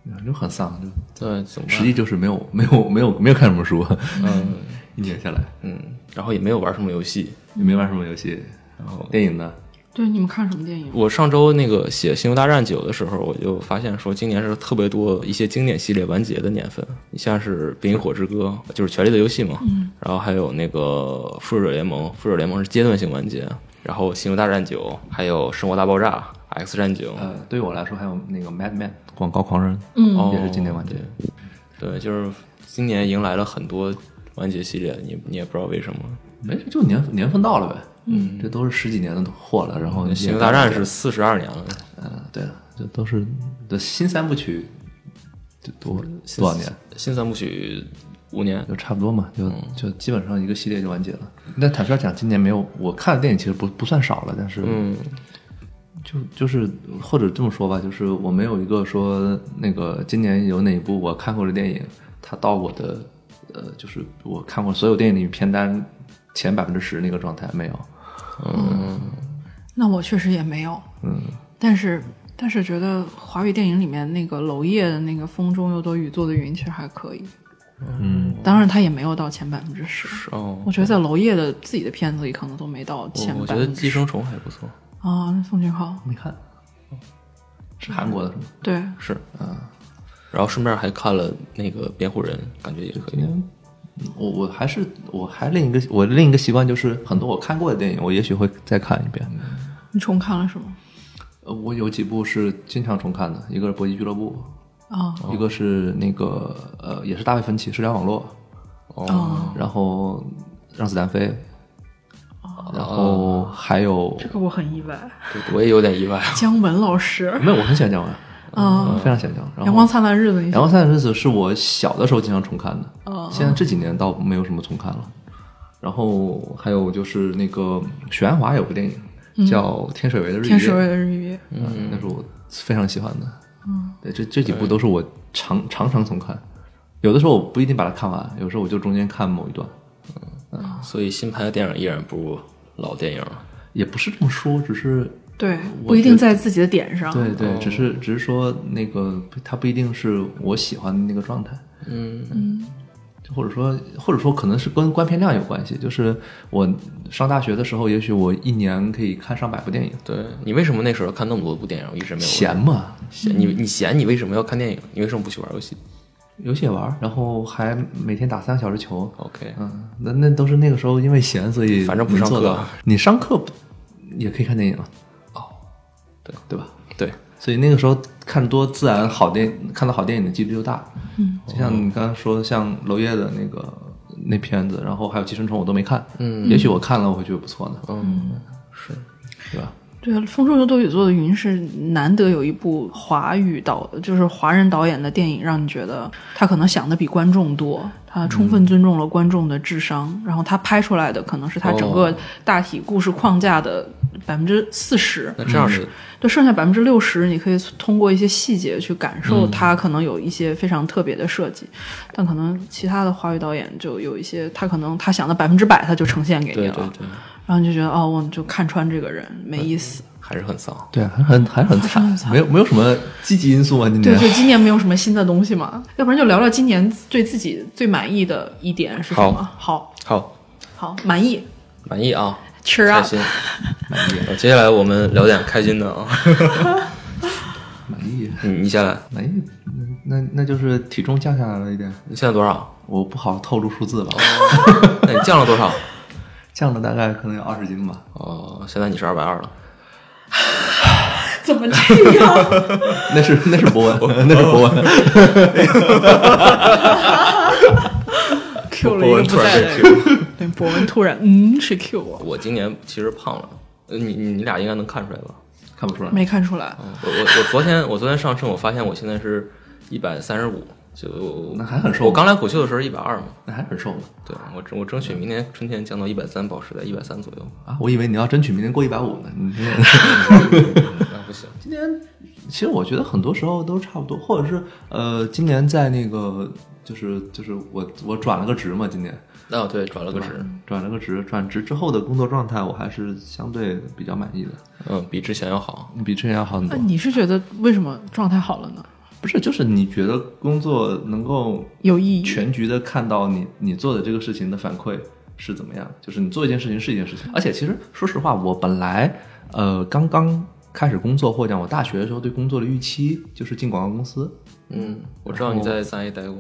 C: 嗯就很丧，就
A: 对，怎么办
C: 实际就是没有没有没有没有看什么书，嗯， 一年下来
A: 嗯，然后也没有玩什么游戏。
B: 嗯
C: 也没玩什么游戏。然后电影呢？
B: 对，你们看什么电影？
A: 我上周那个写《星球大战九》的时候，我就发现说，今年是特别多一些经典系列完结的年份。你像是《冰与火之歌》，就是《权力的游戏》嘛，然后还有那个《复仇者联盟》，《复仇者联盟》是阶段性完结，然后《星球大战九》，还有《生活大爆炸》、《X 战警》
C: 呃，对于我来说还有那个《Mad Men》广告狂人，
A: 哦，
C: 也是经典完结。
A: 对。对，就是今年迎来了很多完结系列，你你也不知道为什么。
C: 没事，就年年份到了呗。嗯，这都是十几年的货了，然后
A: 《
C: 也
A: 星球嗯大战》
C: 到
A: 是四十二年了，
C: 嗯，对了，这都是这新三部曲，就多
A: 嗯
C: 多少年？
A: 新三部曲五年，
C: 就差不多嘛，
A: 嗯
C: 就就基本上一个系列就完结了。那坦率讲，今年没有我看的电影其实不不算少了，但是
A: 嗯，
C: 就就是或者这么说吧，就是我没有一个说那个今年有哪一部我看过的电影，它到我的呃就是我看过所有电影里片单前百分之十那个状态没有。
B: 那我确实也没有，嗯，但是但是觉得华语电影里面那个娄烨的那个《风中有朵雨做的云》其实还可以，
C: 嗯，
B: 当然他也没有到前百分之十。
A: 哦。
B: 我觉得在娄烨的自己的片子里，可能都没到前
A: 我我
B: 百
A: 觉得
B: 分
A: 《
B: 之
A: 寄
B: 十
A: 生虫》还不错，
B: 啊。那奉俊昊，
C: 没看，
B: 哦
C: 是韩国的是吗？
B: 对，
A: 是啊。然后顺便还看了那个《辩护人》，感觉也可以。
C: 嗯，我我还是我还另一个我另一个习惯就是很多我看过的电影，我也许会再看一遍。
B: 你重看了是吗？
C: 呃，我有几部是经常重看的，一个是《搏击俱乐部
B: 啊》，
C: 一个是那个呃也是大卫芬奇《社交网络》，
B: 啊，
C: 然后《让子弹飞》，
B: 哦
C: 然后还有
B: 这个我很意外，
A: 对我也有点意外。
B: 姜文老师
C: 没有我很喜欢姜文，嗯
B: 啊，
C: 我非常喜欢姜文。
B: 《
C: 然
B: 阳光
C: 后《
B: 灿烂日子》你
C: 阳光灿烂的日子》是我小的时候经常重看的，
B: 啊
C: 现在这几年倒没有什么重看了。然后还有就是那个许鞍华有部电影叫《天水围的日夜》，
B: 天
C: 啊
B: 使为的日语，
C: 嗯，那是我非常喜欢的。
B: 嗯，
C: 对，这这几部都是我常常常重看，有的时候我不一定把它看完，有时候我就中间看某一段，
A: 所以新拍的电影依然不如老电影了。
C: 也不是这么说，只是
B: 对，
C: 我
B: 不一
C: 觉
B: 定
C: 得
B: 在自己的点上。
C: 对对，只是只是说那个它不一定是我喜欢的那个状态，
A: 嗯，
C: 就或者说或者说可能是跟观片量有关系，就是我上大学的时候，也许我一年可以看上百部电影，
A: 嗯对你为什么那时候看那么多部电影？我一直没有
C: 闲嘛，
A: 闲，你你闲，你为什么要看电影？你为什么不去玩游戏
C: 游戏也玩儿，然后还每天打三个小时球，
A: ？OK，
C: 嗯，那那都是那个时候因为闲，所以
A: 反正不上
C: 能做
A: 课
C: 到，你上课不也可以看电影啊？哦，
A: 对
C: 对吧？
A: 对，
C: 所以那个时候看多自然好电，看到好电影的几率就大。嗯，就像你刚刚说，像娄烨的那个那片子，然后还有《寄生虫》，我都没看。
A: 嗯，
C: 也许我看了，我会觉得不错呢，
A: 嗯，
C: 对吧？
B: 对，啊《风中有朵雨做的云》是难得有一部华语导，就是华人导演的电影，让你觉得他可能想的比观众多，他充
A: 嗯
B: 分尊重了观众的智商，然后他拍出来的可能是他整个
A: 哦
B: 大体故事框架的百分之四十，
A: 那这样的
B: 就剩下百分之六十，你可以通过一些细节去感受
A: 嗯
B: 它可能有一些非常特别的设计，但可能其他的华语导演就有一些，他可能他想的百分之百他就呈现给你
A: 对
B: 了，
A: 对对，
B: 然后你就觉得哦，我就看穿这个人没意思。
A: 还是很丧。
C: 对，还很还很惨，没有没有什么积极因素啊，今
B: 对，
C: 年
B: 就今年没有什么新的东西嘛，要不然就聊聊今年对自己最满意的一点是什么？好，
A: 好，
B: 好，满意
A: 满意啊，
B: ，cheer
A: 开
B: up，
A: 心，满意。呃接下来我们聊点开心的啊，
C: 满意
A: 你你先来，
C: 满意，那那那就是体重降下来了一点，
A: 你现在多少？
C: 我不好透露数字吧，
A: 那你降了多少？
C: 降了大概可能有二十斤吧。
A: 哦，现在你是二百二了。
B: 怎么这样？
C: 那是那是博文，那是博文。
B: Q 了一
A: 博
B: 个
A: 文
B: 不
A: 突然
B: 在
A: 被
B: 的人， 对，博文突然嗯，谁 Q 我？
A: 我今年其实胖了，呃你你你俩应该能看出来吧？
C: 看不出来，
B: 没看出来，
A: 我我我昨天我昨天上秤，我发现我现在是一百三十五，就
C: 那还很瘦
A: 我刚来虎嗅的时候一百二嘛，
C: 那还很瘦呢
A: 对我争我争取明年春天降到一百三，保持在一百三左右。
C: 啊！我以为你要争取明年过一百五呢。你这
A: 那不行，
C: 今年其实我觉得很多时候都差不多，或者是呃，今年在那个就是就是我我转了个职嘛，今年
A: 那、哦对转了个职，
C: 转了个职，转职之后的工作状态我还是相对比较满意的，
A: 嗯，比之前要好。
C: 比之前要好很
B: 那、
C: 多。
B: 你是觉得为什么状态好了呢？
C: 不是，就是你觉得工作能够
B: 有意义？
C: 全局的看到你你做的这个事情的反馈是怎么样，就是你做一件事情是一件事情。而且其实说实话，我本来呃刚刚开始工作，或者讲我大学的时候对工作的预期就是进广告公司。
A: 嗯，我知道你在三 A 待过。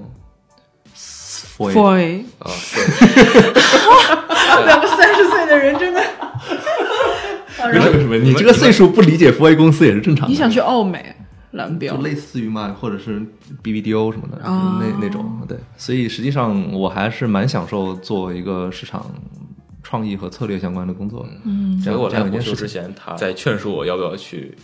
C: 我
B: boy，
A: 啊，对，
B: 两个三十岁的人真的，
C: 为什么为什么你这个岁数不理解 f A 公司也是正常 的？
B: 你想去奥美蓝标
C: 就？类似于嘛，或者是 BBDO 什么的，
B: 哦
C: 那那种对。所以实际上我还是蛮享受做一个市场创意和策略相关的工作。
B: 嗯
A: 结果
C: 这样
A: 来虎
C: 一件
A: 嗅
C: 事
A: 之
C: 情，
A: 前，他在劝说我要不要去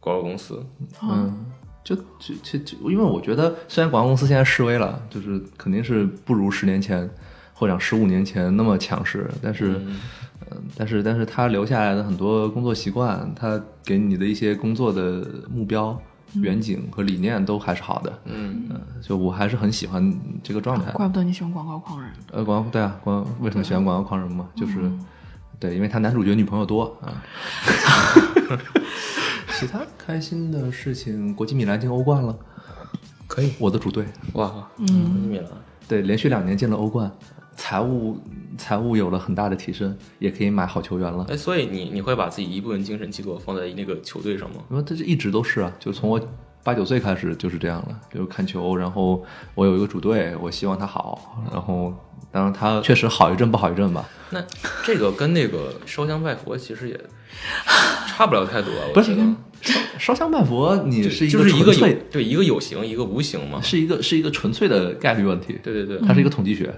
A: 广告公司。
C: 嗯，就就就就，因为我觉得虽然广告公司现在示威了，就是肯定是不如十年前或者十五年前那么强势，但是，嗯、但是但是它留下来的很多工作习惯，它给你的一些工作的目标、远景和理念都还是好的。
A: 嗯，
C: 嗯，就我还是很喜欢这个状态。
B: 哦怪不得你喜欢啊广告狂人。
C: 呃，广告对啊，广告为什么喜欢广告狂人嘛？就是对，因为他男主角女朋友多啊。 其他开心的事情，国际米兰进欧冠了，
A: 可以，
C: 我的主队
A: 哇，
B: 嗯，
A: 你米兰，
C: 对，连续两年进了欧冠，财务财务有了很大的提升，也可以买好球员了。
A: 哎，所以你你会把自己一部分精神寄托放在那个球队上吗？
C: 因为这是一直都是啊，就从我八九岁开始就是这样了，就是看球，然后我有一个主队，我希望他好，然后当然他确实好一阵不好一阵吧，
A: 那这个跟那个烧香拜佛其实也差不了太多啊，我
C: 不
A: 觉
C: 是
A: 得
C: 烧烧香拜佛，你
A: 就是
C: 一
A: 就
C: 个
A: 是一个
C: 纯
A: 有
C: 粹，
A: 对一个有形，一个无形嘛。
C: 是一个是一个纯粹的概率问题，
A: 对对对，
C: 它是一个统计学，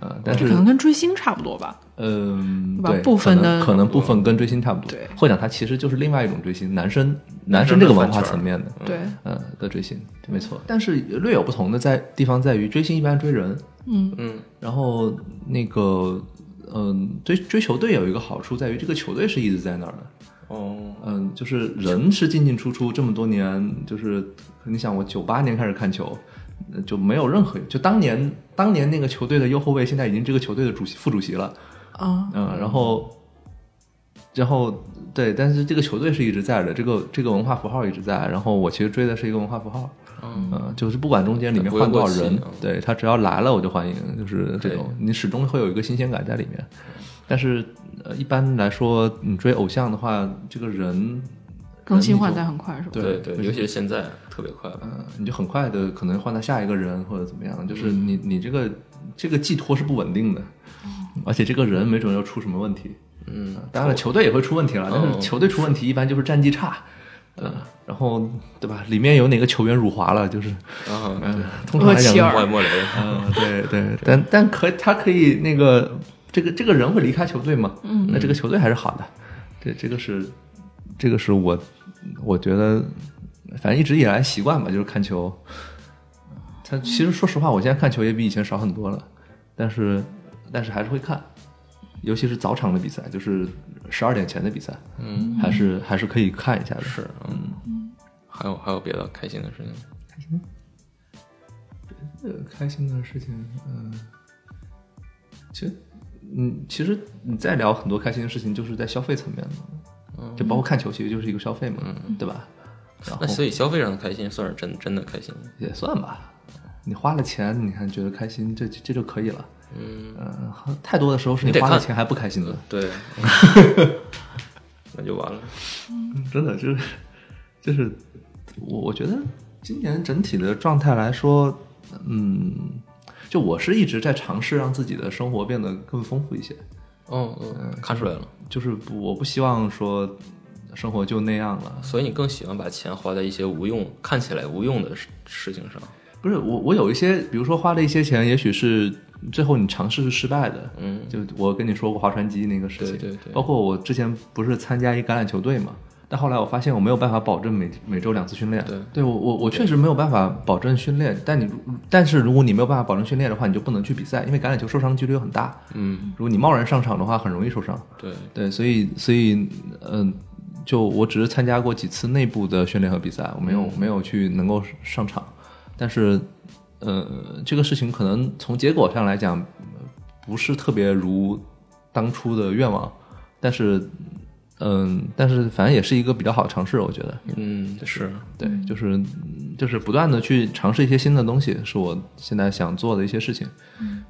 C: 呃，但是
B: 可能跟追星差不多吧。
C: 嗯，
B: 对吧
C: 对，
B: 部分
C: 可能
B: 的
C: 可能部分跟追星差不多，
B: 对
C: 或者它其实就是另外一种追星，男生男
A: 生
C: 生
A: 的
C: 这个文化
A: 饭圈儿嗯
C: 层面的，
B: 对，
C: 呃的追星，没错，但是略有不同的在地方在于追星一般追人，
B: 嗯
A: 嗯
C: 然后呃那个，嗯，追追球队有一个好处在于这个球队是一直在那儿的，
A: 哦，
C: 嗯，就是人是进进出出这么多年，就是你想我九八年开始看球，呃就没有任何就当年当年那个球队的右后卫，现在已经这个球队的主席副主席了，
B: 啊，
C: 嗯，然后然后对，但是这个球队是一直在的，这个这个文化符号一直在，然后我其实追的是一个文化符号，嗯、就是不管中间里面
E: 不会
C: 换多少
E: 过期
C: 人
E: 嗯，
C: 对他只要来了我就欢迎，就是这种你始终会有一个新鲜感在里面。但是呃，一般来说，你追偶像的话，这个人
B: 更新换代很快是吧？
E: 对
C: 对
E: 对，
C: 就是
E: 尤其是现在特别快吧，
C: 嗯，你就很快的可能换到下一个人或者怎么样，就是你你这个这个寄托是不稳定的，而且这个人没准要出什么问题。呃
E: 嗯，
C: 当然了，球队也会出问题了，但
E: 哦
C: 是球队出问题一般就是战绩差，嗯，然后对吧？里面有哪个球员辱华了，就是
E: 啊，
C: 嗯，通常来
B: 厄齐
C: 讲
B: 尔，
E: 莫莫雷，
C: 嗯，对对，但但可他可以那个这个这个人会离开球队嘛？嗯，那这个球队还是好的，这这个是这个是我我觉得，反正一直以来习惯吧，就是看球。他其实说实话，我现在看球也比以前少很多了，但是但是还是会看，尤其是早场的比赛，就是十二点前的比赛，
E: 嗯，
C: 还是还是可以看一下的。
E: 是，嗯，还有还有别的开心的事情吗，
C: 呃，开心的事情，嗯、其实，嗯，其实你在聊很多开心的事情，就是在消费层面的，就包括看球，其实就是一个消费嘛，对吧？然后
E: 嗯那所以消费上的开心算是真真的开心，
C: 也算吧，你花了钱，你还觉得开心，这这就可以了。
E: 嗯，
C: 嗯、太多的时候是
E: 你
C: 你
E: 得
C: 花了
E: 看
C: 钱还不开心的，
E: 对， 那就完了，
C: 真的就是就是我我觉得今年整体的状态来说，嗯，就我是一直在尝试让自己的生活变得更丰富一些。
E: 哦，嗯，看出来了，
C: 就是不我不希望说生活就那样了。
E: 所以你更喜欢把钱花在一些无用、看起来无用的事事情上，
C: 不是我，我有一些，比如说花了一些钱，也许是最后你尝试是失败的。
E: 嗯，
C: 就我跟你说过划船机那个事情，
E: 对对对
C: 包括我之前不是参加一橄榄球队嘛，但后来我发现我没有办法保证每每周两次训练。
E: 对
C: 我我我确实没有办法保证训练，但你但是如果你没有办法保证训练的话，你就不能去比赛，因为橄榄球受伤几率很大。
E: 嗯，
C: 如果你贸然上场的话，很容易受伤。
E: 对，
C: 对，所以所以嗯、就我只是参加过几次内部的训练和比赛，我没有、没有去能够上场，但是呃，这个事情可能从结果上来讲，呃不是特别如当初的愿望，但是嗯、但是反正也是一个比较好的尝试，我觉得。
E: 嗯，是，
C: 对，就是嗯就是不断的去尝试一些新的东西，是我现在想做的一些事情。嗯、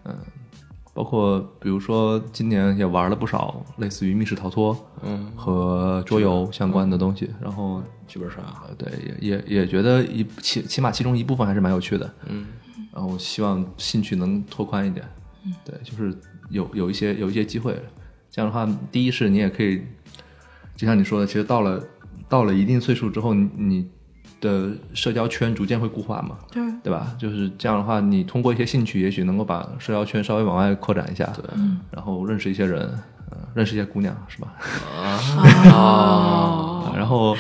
C: 包括比如说今年也玩了不少类似于密室逃脱
E: 嗯，
C: 和桌游相关的东西，然后
E: 剧本杀，
C: 呃对也也也觉得一起起码其中一部分还是蛮有趣的。
E: 嗯，
C: 然后希望兴趣能拓宽一点。对，就是有有一些有一些机会，这样的话，第一是你也可以，就像你说的，其实到了到了一定岁数之后，你你的社交圈逐渐会固化嘛，
B: 对，
C: 对吧？就是这样的话，你通过一些兴趣，也许能够把社交圈稍微往外扩展一下，对，然后认识一些人，呃、认识一些姑娘，是吧？
B: 哦，
C: 啊，然后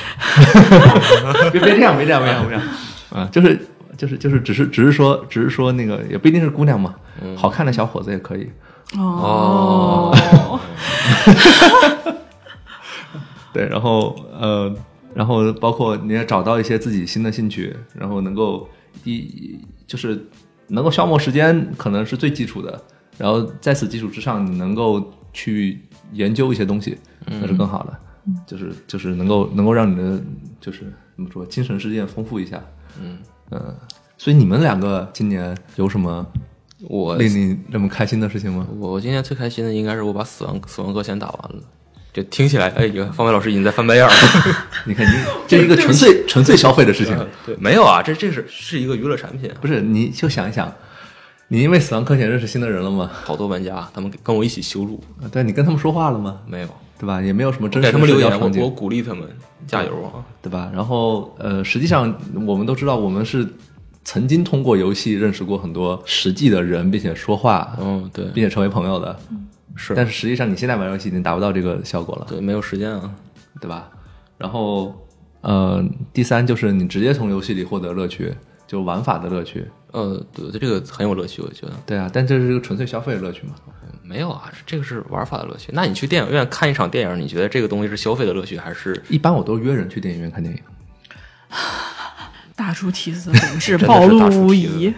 C: 别别这样，别这样，别这样，别这样 啊！就是就是就是，只是只是说，只是说那个也不一定是姑娘嘛，好看的小伙子也可以。
B: 哦，
C: 对，然后呃，然后包括你也找到一些自己新的兴趣，然后能够一就是能够消磨时间，可能是最基础的。然后在此基础之上，你能够去研究一些东西，
E: 嗯
C: 那是更好的。就是就是能够能够让你的就是怎么说精神世界丰富一下。
E: 嗯
C: 嗯，所以你们两个今年有什么
E: 我
C: 令你这么开心的事情吗？
E: 我今天最开心的应该是我把死亡死亡搁浅打完了。就听起来，哎，有方伟老师已经在翻白眼儿了。
C: 你看你，这是一个纯粹纯粹消费的事情。
E: 对，没有啊，这这是是一个娱乐产品啊，
C: 不是，你就想一想，你因为《死亡搁浅》认识新的人了吗？
E: 好多玩家他们跟我一起修路，
C: 啊对，你跟他们说话了吗？
E: 没有
C: 对吧？也没有什么真
E: 给
C: 实
E: 他
C: 的
E: 们留
C: 社交
E: 言，我
C: 场
E: 我
C: 景，
E: 鼓励他们加油啊。
C: 对吧？然后呃，实际上我们都知道，我们是曾经通过游戏认识过很多实际的人，并且说话，
E: 嗯，对，
C: 并且成为朋友的。
E: 嗯是
C: 但是实际上，你现在玩游戏已经达不到这个效果了，
E: 对，没有时间啊。
C: 对吧？然后呃，第三就是你直接从游戏里获得乐趣，就玩法的乐趣。
E: 哦呃，对，这个很有乐趣，我觉得
C: 对啊，但这是一个纯粹消费的乐趣嘛。
A: 没有啊，这个是玩法的乐趣。那你去电影院看一场电影，你觉得这个东西是消费的乐趣，还是
C: 一般我都约人去电影院看电影。
B: 大猪提斯本质
A: 真的是
B: 暴露
A: 大猪
B: 无
A: 提斯
B: 遗。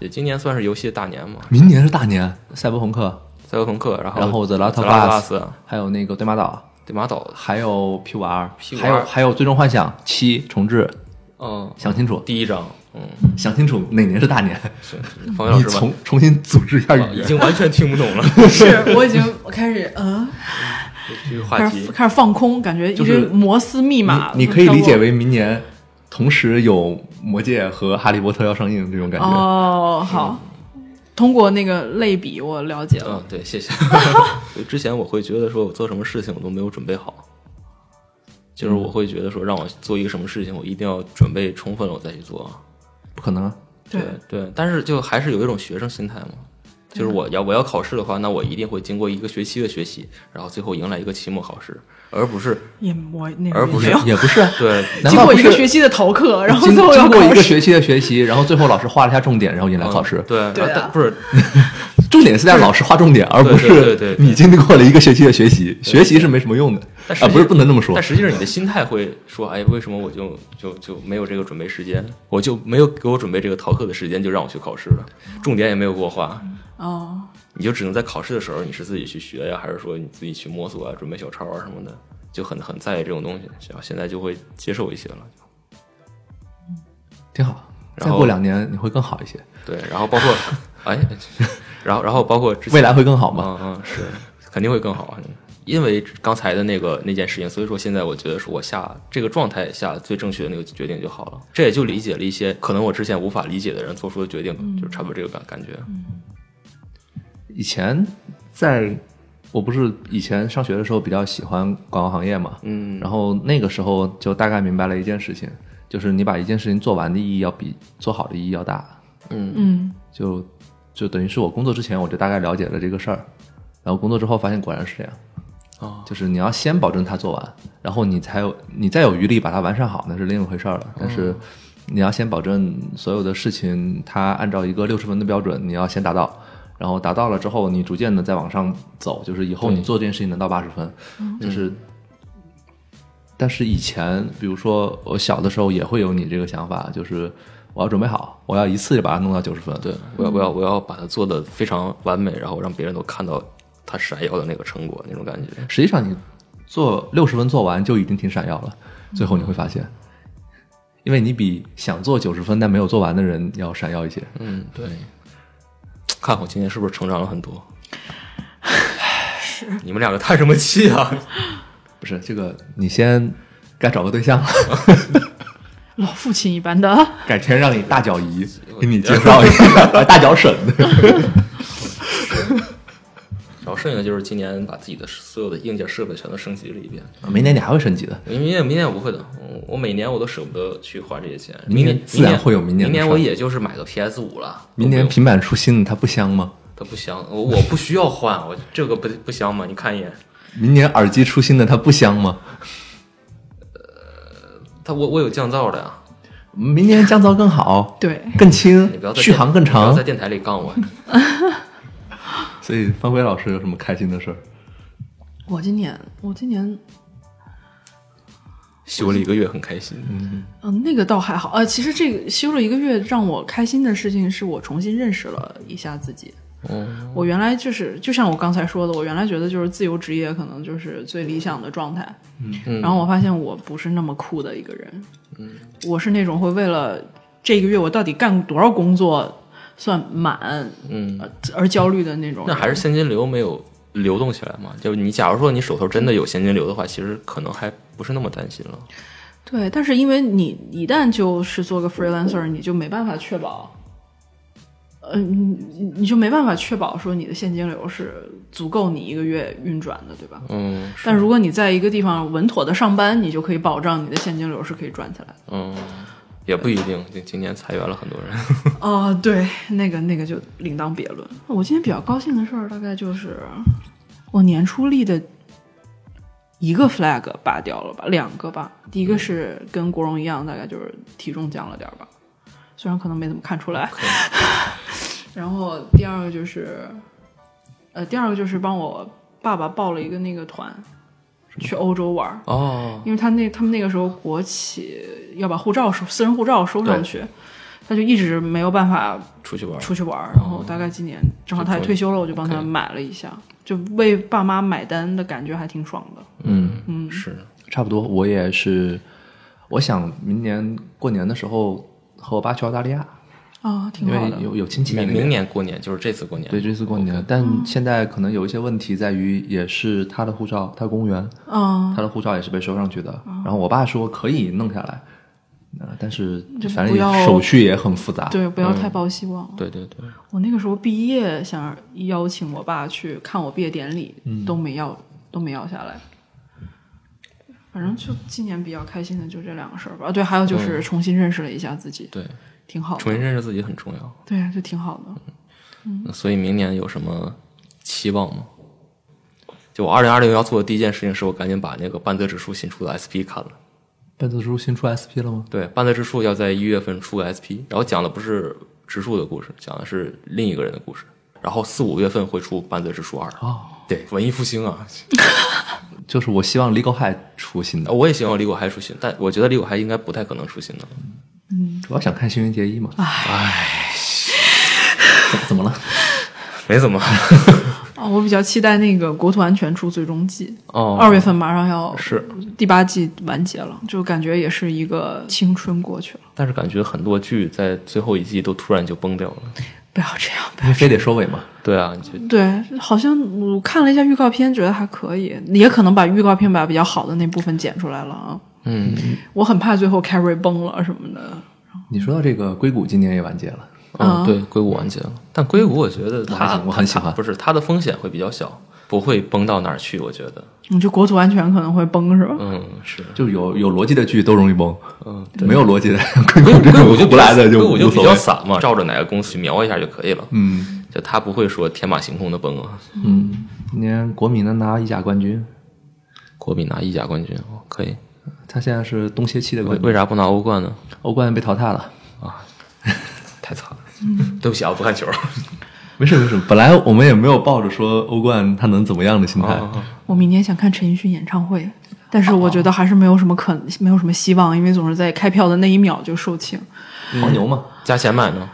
A: 也今年算是游戏的大年嘛？
C: 明年是大年，赛博朋克，
A: 赛博朋克，然后
C: 然后 The Last of
A: 拉
C: Us，
A: 斯，
C: 还有那个对马岛，
A: 对马岛，
C: 还有 P 五 R，
A: P5R
C: 还有还有最终幻想七重置。
E: 哦
A: 嗯，
C: 想清楚，
A: 第一章，嗯，
C: 想清楚哪年是大年，
A: 是冯伟老
C: 你
A: 师吧
C: 重重新组织一 下
A: 啊
C: 语
A: 已
C: 言。
A: 经完全听不 懂了
B: 是我已经我开始嗯，
A: 这个话
B: 开始
A: 题。
B: 开始放空，感觉一
C: 就是
B: 堆摩斯密码。
C: 你你可以理解
B: 等我
C: 为明年同时有《魔戒》和《哈利波特》要上映这种感觉。
B: 哦，好，通过那个类比我了解了。
A: 嗯，对，谢 谢。就之前我会觉得说我做什么事情我都没有准备好，就是
C: 嗯
A: 我会觉得说让我做一个什么事情，我一定要准备充分了我再去做。啊
C: 不可能啊，
B: 对，
A: 对，但是就还是有一种学生心态嘛，就是
B: 啊
A: 我要我要考试的话，那我一定会经过一个学期的学习，然后最后迎来一个期末考试，而不是
B: 也我那个
A: 而不
B: 也
A: 是
B: 没 有
C: 也不是啊。
A: 对
C: 难
B: 经
C: 道
B: 过
C: 不
B: 一个
C: 是
B: 学期的逃课，然后
C: 经
B: 最后要
C: 经
B: 考试。
C: 过一个学期的学习，然后最后老师画了一下重点，然后迎来考试
A: 嗯。对
B: 对啊
A: 但不是
C: 重点是在老师画重点，而不
A: 对对对
C: 是
A: 对对
C: 你经过了一个学期的学习。学习是没什么用的
A: 但实
C: 啊，
A: 际
C: 不是不能这么说
A: 但。实际上，你的心态会说：“哎，为什么我就就就没有这个准备时间？我就没有给我准备这个逃课的时间，就让我去考试了，重点也没有给我画，
B: 哦，
A: 你就只能在考试的时候，你是自己去学呀，还是说你自己去摸索啊，准备小抄啊什么的，就很很在意这种东西。然后现在就会接受一些了，
C: 挺好，
A: 然
C: 再
A: 后
C: 过两年你会更好一些，
A: 对。然后包括 哎，然后然后包括之前
C: 未来会更好吗？
A: 嗯嗯，是 肯定会更好啊。因为刚才的那个那件事情，所以说现在我觉得是我下这个状态下最正确的那个决定就好了。这也就理解了一些可能我之前无法理解的人做出的决定，就差不多这个感感觉。
C: 以前在我不是以前上学的时候比较喜欢广告行业嘛，
A: 嗯，
C: 然后那个时候就大概明白了一件事情，就是你把一件事情做完的意义要比做好的意义要大。
B: 嗯，
C: 就就等于是我工作之前我就大概了解了这个事儿，然后工作之后发现果然是这样。
A: 哦
C: 就是你要先保证它做完，然后你才有你再有余力把它完善好，那是另一回事儿了。但
A: 哦
C: 是你要先保证所有的事情，它按照一个六十分的标准，你要先达到，然后达到了之后，你逐渐的再往上走，就是以后你做这件事情能到八十分，就是。但是以前，比如说我小的时候也会有你这个想法，就是我要准备好，我要一次就把它弄到九十分。
A: 对，我要我要我要把它做的非常完美，然后让别人都看到他闪耀的那个成果那种感觉。
C: 实际上你做六十分做完就已经挺闪耀了，最后你会发现，因为你比想做九十分但没有做完的人要闪耀一些。
A: 嗯，对。看我今年是不是成长了很多？是你们两个叹什么气啊？
C: 不是这个，你先该找个对象了，
B: 老父亲一般的。
C: 改天让你大脚姨给你介绍一下，大脚婶。
A: 然后剩下的就是今年把自己的所有的硬件设备全都升级了一遍。
C: 明年你还会升级的，
A: 明年明年我不会的，嗯我每年我都舍不得去花这些钱。
C: 明年
A: 年
C: 自然会有明
A: 明
C: 年的
A: 年
C: 事儿
A: 我也就是买个 PS 五了。
C: 明年
A: 都不用
C: 平板出新的，它不香吗？
A: 它不香，我我不需要换，我这个不不香吗？你看一眼，
C: 明年耳机出新的，它不香吗？
A: 它我我有降噪的呀。
C: 明年降噪更好，
B: 对，
C: 更
A: 你不要在
C: 轻，续
A: 电
C: 航更
A: 你不要
C: 长
A: 在。电台里杠我。
C: 所以方辉老师有什么开心的事儿？
B: 我今年我今年
A: 休了一个月，很开心。
B: 嗯，那个倒还好。呃，其实这个休了一个月，让我开心的事情是我重新认识了一下自己。
A: 嗯，
B: 我原来就是，就像我刚才说的，我原来觉得就是自由职业可能就是最理想的状态。
A: 嗯
B: 然后我发现我不是那么酷的一个人。我是那种会为了这个月我到底干多少工作算满呃
A: 嗯，
B: 而焦虑的那种
A: 那
B: 人。
A: 还是现金流没有流动起来嘛？就是你假如说你手头真的有现金流的话，其实可能还不是那么担心了。
B: 对，但是因为你一旦就是做个 freelancer，你就没办法确保，呃，你你你就没办法确保说你的现金流是足够你一个月运转的，对吧？
A: 嗯
B: 但如果你在一个地方稳妥的上班，你就可以保障你的现金流是可以转起来的。
A: 嗯，也不一定，今今年裁员了很多人。
B: 哦、对，那个那个就另当别论。我今天比较高兴的事儿，大概就是我年初立的一个 flag 拔掉了吧，两个吧。第一个是跟国荣一样，大概就是体重降了点儿吧， 虽然可能没怎么看出来。然后第二个就是呃，第二个就是帮我爸爸报了一个那个团，去欧洲玩儿，
A: 哦，
B: 因为他那他们那个时候国企要把护照收私人护照收上去，他就一直没有办法
A: 出去玩儿，
B: 出去玩儿，然后大概今年正好他也退休了，我就帮他
A: OK
B: 买了一下，就为爸妈买单的感觉还挺爽的。
C: 嗯，
B: 嗯，
A: 是
C: 差不多。我也是，我想明年过年的时候和我爸去澳大利亚，
B: 啊，挺
C: 因
B: 好
C: 为
B: 的。
C: 有有亲戚在
A: 明
C: 那边
A: 明年过年就是这次过年，
C: 对，这次过年，但现在可能有一些问题在于，也是他的护照，他公务员，
B: 嗯
C: 他，的护照也是被收上去的。
B: 哦
C: 然后我爸说可以弄下来，呃，但是
B: 就
C: 反
B: 不要
C: 正手续也很复杂。
B: 对，不要太抱希望。
A: 对对对，
B: 我那个时候毕业，想邀请我爸去看我毕业典礼，
A: 嗯
B: 都没要，都没要下来。反正就今年比较开心的就这两个事儿吧。啊，对，还有就是重新认识了一下自己，
A: 对，
B: 挺好的。
A: 重新认识自己很重要。
B: 对啊，就挺好的。
A: 那所以明年有什么期望吗？就我二零二零要做的第一件事情是我赶紧把那个半泽直树新出的 SP 看了。
C: 半泽叔新出 SP 了吗？
A: 对，半泽直树要在一月份出个 SP，然后讲的不是直树的故事，讲的是另一个人的故事。然后四五月份会出半泽直树二。
C: 哦，
A: 对，文艺复兴啊，
C: 就是我希望 Legal High 出新的，
A: 我也希望李果还出新，但我觉得李果还应该不太可能出新的。
C: 主要想看《新垣结衣》嘛。唉，怎么怎么了？
A: 没 怎么，
B: 哦，我比较期待那个《国土安全处最终季》，
A: 哦
B: 二月份马上要
A: 是，
B: 第八季完结了，就感觉也是一个青春过去了。
A: 但是感觉很多剧在最后一季都突然就崩掉了。
B: 不要这样，不
C: 因为非得收尾嘛。
A: 对啊，你就
B: 对，好像我看了一下预告片，觉得还可以，也可能把预告片把比较好的那部分剪出来了啊。
A: 嗯，
B: 我很怕最后 carry 崩了什么的。
C: 你说到这个硅谷今年也完结了，
A: 嗯，对，硅谷完结了，但硅谷我觉得
C: 还
A: 它
C: 行我很啊喜
A: 它
C: 欢
A: 啊不是它的风险会比较小，不会崩到哪儿去。我觉得，
B: 你就国土安全可能会崩是吧？
A: 嗯， 是
C: 就有有逻辑的剧都容易崩，
A: 嗯，
C: 没有逻辑的硅谷这
A: 硅
C: 种
A: 谷就
C: 胡来的
A: 硅
C: 就
A: 谷就
C: 无
A: 比
C: 所
A: 较
C: 谓。
A: 散嘛，照着哪个公司去瞄一下就可以了。
C: 嗯
A: 就它不会说天马行空的崩啊。
C: 嗯，今年国米呢拿意甲冠军，
A: 国米拿意甲冠军，哦可以，
C: 他现在是东歇期的
A: 为
C: 冠军，
A: 为啥不拿欧冠呢？
C: 欧冠被淘汰了。
A: 太惨了，
C: 嗯
A: 对不起啊，我不 看球。
C: 没事没事，本来我们也没有抱着说欧冠他能怎么样的心态，
A: 哦
B: 我明年想看陈奕迅演唱会，但是我觉得还是没有什么可没有什么希望，因为总是在开票的那一秒就售罄。
A: 哦
C: 黄牛嘛。
A: 加钱买呢？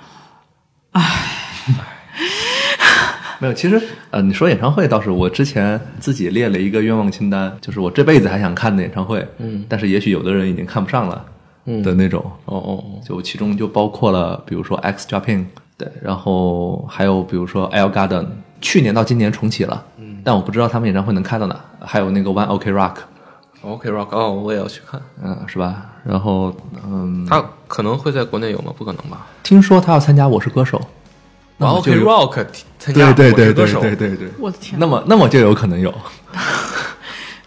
C: 没有，其实呃，你说演唱会倒是我之前自己列了一个愿望清单，就是我这辈子还想看的演唱会，嗯，但是也许有的人已经看不上了，嗯的那种，
A: 哦哦
C: 就其中就包括了，比如说 X Japan，对，然后还有比如说 L Garden，去年到今年重启了，嗯，但我不知道他们演唱会能看到哪，还有那个 One OK Rock，
A: 哦，OK Rock，哦，我也要去看。
C: 嗯、是吧？然后嗯，
A: 他可能会在国内有吗？不可能吧。
C: 听说他要参加《我是歌手》，那
A: 然后
C: 么就
A: OK
C: 有
A: Rock 参加
C: 对对
A: 我
C: 对
A: 是歌手
C: 对对对对，
B: 我的天，
C: 那么那么就有可能有。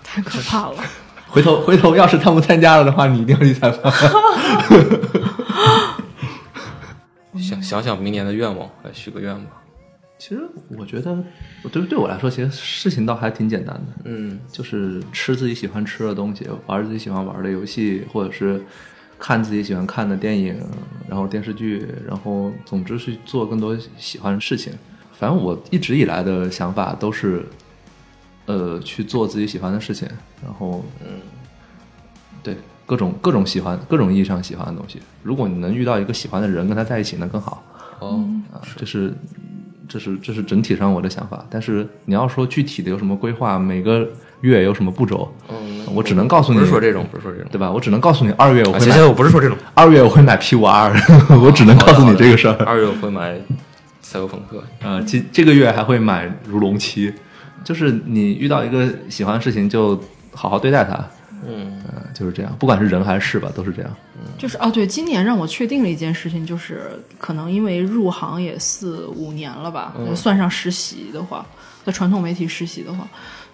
B: 太可怕了！
C: 回头回头，要是他们参加了的话，你一定要去采访。
A: 想想想明年的愿望，来许个愿吧。
C: 其实我觉得，对对我来说，其实事情倒还挺简单的，
A: 嗯，
C: 就是吃自己喜欢吃的东西，玩自己喜欢玩的游戏，或者是看自己喜欢看的电影，然后电视剧，然后总之是做更多喜欢的事情。反正我一直以来的想法都是，呃，去做自己喜欢的事情，然后对，各种各种喜欢，各种意义上喜欢的东西。如果你能遇到一个喜欢的人，跟他在一起，那更好
A: 哦，
B: 嗯
C: 啊。这是这是这是整体上我的想法。但是你要说具体的有什么规划，每个月有什么步骤，
E: 哦
A: 嗯
C: 我只能告诉你，
A: 不是说这种，不是说这种。
C: 对吧？我只能告诉你，二月我
A: 啊
C: 会
A: 行
C: 买，
A: 行，我不是说这种。
C: 二月我会买 P 五 R，我 只能告诉你这个事儿。
A: 二月会买赛博朋克，
C: 呃，这这个月还会买如龙七，就是你遇到一个喜欢的事情，就好好对待它。
A: 嗯，
C: 嗯、就是这样，不管是人还是事吧，都是这样。
B: 就是哦，对，今年让我确定了一件事情，就是可能因为入行也四五年了吧，就算上实习的话，在传统媒体实习的话，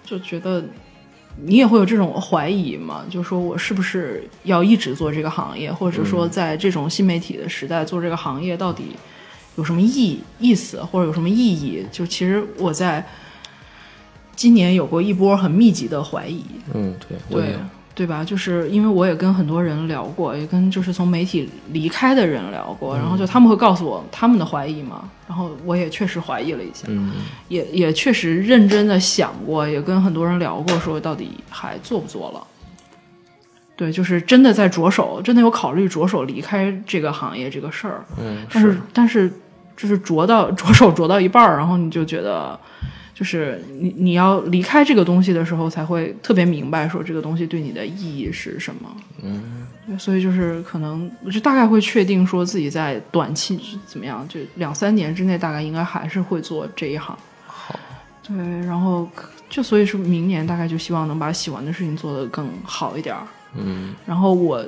B: 就觉得你也会有这种怀疑嘛，就说我是不是要一直做这个行业，或者说在这种新媒体的时代做这个行业到底有什么意意思，或者有什么意义？就其实我在今年有过一波很密集的怀疑，
A: 嗯，对，我也
B: 对
A: 有。
B: 对吧？就是因为我也跟很多人聊过，也跟就是从媒体离开的人聊过，然后就他们会告诉我他们的怀疑嘛，然后我也确实怀疑了一下，也也确实认真的想过，也跟很多人聊过，说到底还做不做了。对，就是真的在着手，真的有考虑着手离开这个行业这个事儿。嗯，但是但是就是着到着手着到一半儿，然后你就觉得，就是你你要离开这个东西的时候，才会特别明白说这个东西对你的意义是什么。嗯，所以就是可能我就大概会确定说自己在短期怎么样，就两三年之内大概应该还是会做这一行。好，对，然后就所以说明年大概就希望能把喜欢的事情做得更好一点儿。然后我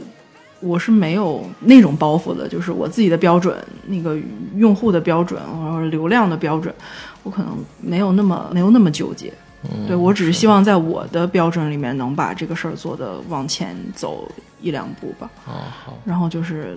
B: 我是没有那种包袱的，就是我自己的标准，那个用户的标准，然后流量的标准，我可能没有那么没有那么纠结。
E: 嗯
B: 对我只是希望在我的标准里面能把这个事儿做的往前走一两步吧。
E: 哦，好，
B: 然后就是，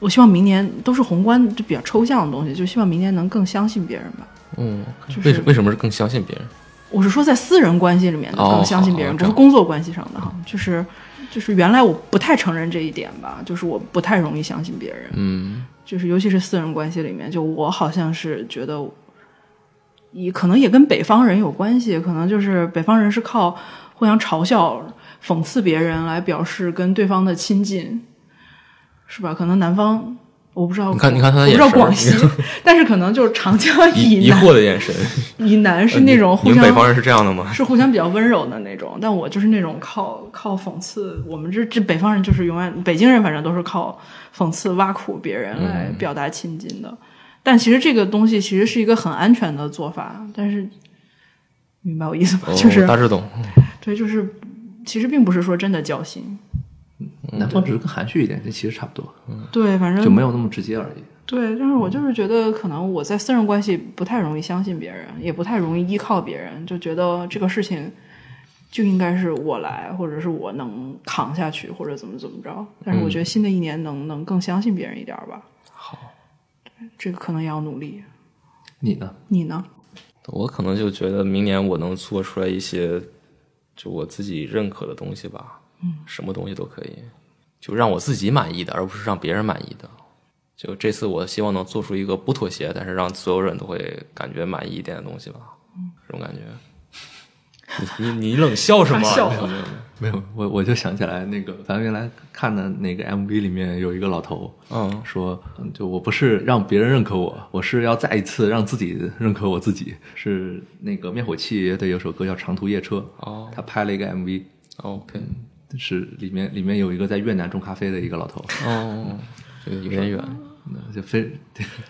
B: 我希望明年都是宏观就比较抽象的东西，就希望明年能更相信别人吧。
E: 嗯，
B: 就是
E: 为什为什么是更相信别人？
B: 我是说在私人关系里面的
E: 哦
B: 更相信别人，
E: 好好
B: 不是
E: 这样
B: 工作关系上的哈，就是就是原来我不太承认这一点吧，就是我不太容易相信别人，
E: 嗯，
B: 就是尤其是私人关系里面，就我好像是觉得，也可能也跟北方人有关系，可能就是北方人是靠互相嘲笑、讽刺别人来表示跟对方的亲近，是吧？可能南方。我不知道，
E: 你看你看他的
B: 我不知道
E: 眼神
B: 广西， 但是可能就是长江
E: 疑
B: 以
E: 疑
B: 南，
E: 惑的眼神，呃
B: 以南 是那种
E: 你
B: 互
E: 们
B: 相
E: 北方人是这样的吗？
B: 是互相比较温柔的那种，但我就是那种靠靠讽刺，我们这这北方人就是永远，北京人反正都是靠讽刺挖苦别人来表达亲近的。但其实这个东西其实是一个很安全的做法，但是明白我意思吗？
E: 哦
B: 就是
E: 大致懂，
B: 对，就是其实并不是说真的交心，
A: 嗯
C: 南方只是更含蓄一点，这其实差不多，
B: 对，反正
C: 就没有那么直接而已。
B: 对，但是我
E: 嗯
B: 就是觉得，可能我在私人关系不太容易相信别人，也不太容易依靠别人，就觉得这个事情就应该是我来，或者是我能扛下去，或者怎么怎么着。但是我觉
E: 嗯
B: 得新的一年能、能更相信别人一点儿吧。好，这个可能也要努力。
C: 你呢？
B: 你呢？
E: 我可能就觉得明年我能做出来一些就我自己认可的东西吧，嗯，什么东西都可以，就让我自己满意的，而不是让别人满意的。就这次我希望能做出一个不妥协，但是让所有人都会感觉满意一点的东西吧，嗯，这种感觉。你你你冷笑什么？啊
B: 他笑了
E: 没有没有没有
C: 没有，我我就想起来那个，咱们原来看的那个 MV 里面有一个老头，
E: 嗯
C: 说嗯就我不是让别人认可我，我是要再一次让自己认可我自己。是那个灭火器乐队有首歌叫《长途夜车》，
E: 哦
C: 他拍了一个 MV，
E: ，OK，
C: 是里面里面有一个在越南种咖啡的一个老头，
E: 哦，这个有点远。
C: 那就非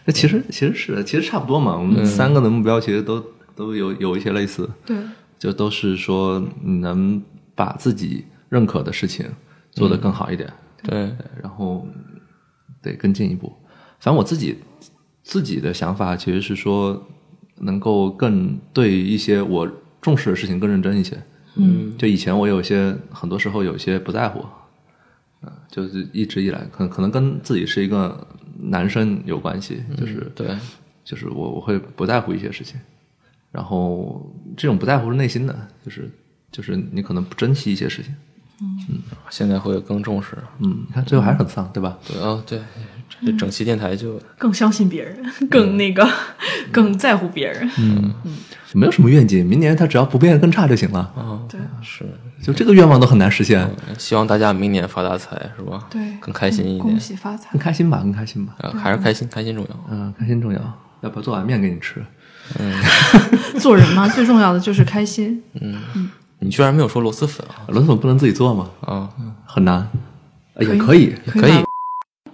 C: 那其实其实是其实差不多嘛，我
E: 嗯
C: 们三个的目标其实都都有有一些类似，
B: 对，
C: 就都是说能把自己认可的事情做得更好一点。
E: 对，
C: 然后嗯对更进一步。反正我自己自己的想法其实是说，能够更对一些我重视的事情更认真一些。嗯，就以前我有些很多时候有些不在乎，嗯、就是一直以来可能可能跟自己是一个男生有关系，就是、
E: 对，
C: 就是我我会不在乎一些事情，然后这种不在乎是内心的，就是就是你可能不珍惜一些事情。
E: 现在会更重视。
C: 嗯，你看最后还是很丧，对吧？
E: 对啊，对，这整期电台就
B: 更相信别人，
E: 嗯
B: 更那个， 更在乎别人。
C: 没有什么愿景，明年他只要不变得更差就行了。
E: 啊，
B: 对
E: 是，
C: 就这个愿望都很难实现，
E: 嗯希望大家明年发大财，是吧？
B: 对，嗯
E: 更开心一
B: 恭
E: 点，
B: 喜发财
C: 更。开心吧，更开心吧。
A: 呃
E: 啊，还是开心，开心重要。
C: 嗯、开心重要。要不要做碗面给你吃？
B: 做人嘛，最重要的就是开心。
E: 你居然没有说螺蛳粉啊？
C: 螺蛳粉不能自己做吗？
E: 啊，
C: 很难，呃
B: 可以
C: 也可以，
E: 也可以
B: 吧，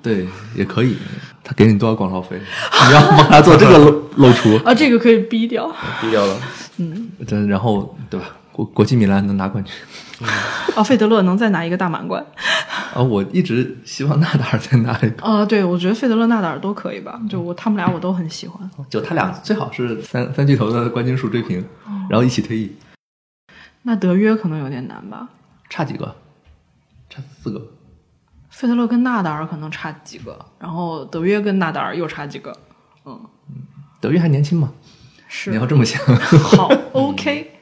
C: 对，也可以。他给你多少广告费？你要帮他做这个露露出，
B: 啊，这个可以逼掉。
E: 低调了。
C: 真然后对吧？国国际米兰能拿冠军
B: 啊，费德勒能再拿一个大满贯。
C: 啊！我一直希望纳达尔再拿一个，
B: 呃，对，我觉得费德勒、纳达尔都可以吧，就我他们俩我都很喜欢。
C: 就他俩最好是三三巨头的冠军数追平，然后一起退役，
B: 那德约可能有点难吧，
C: 差几个？差四个。
B: 费德勒跟纳达尔可能差几个，然后德约跟纳达尔又差几个，
C: 德约还年轻嘛？
B: 是 嗯
C: 你要这么想，
B: 好 OK。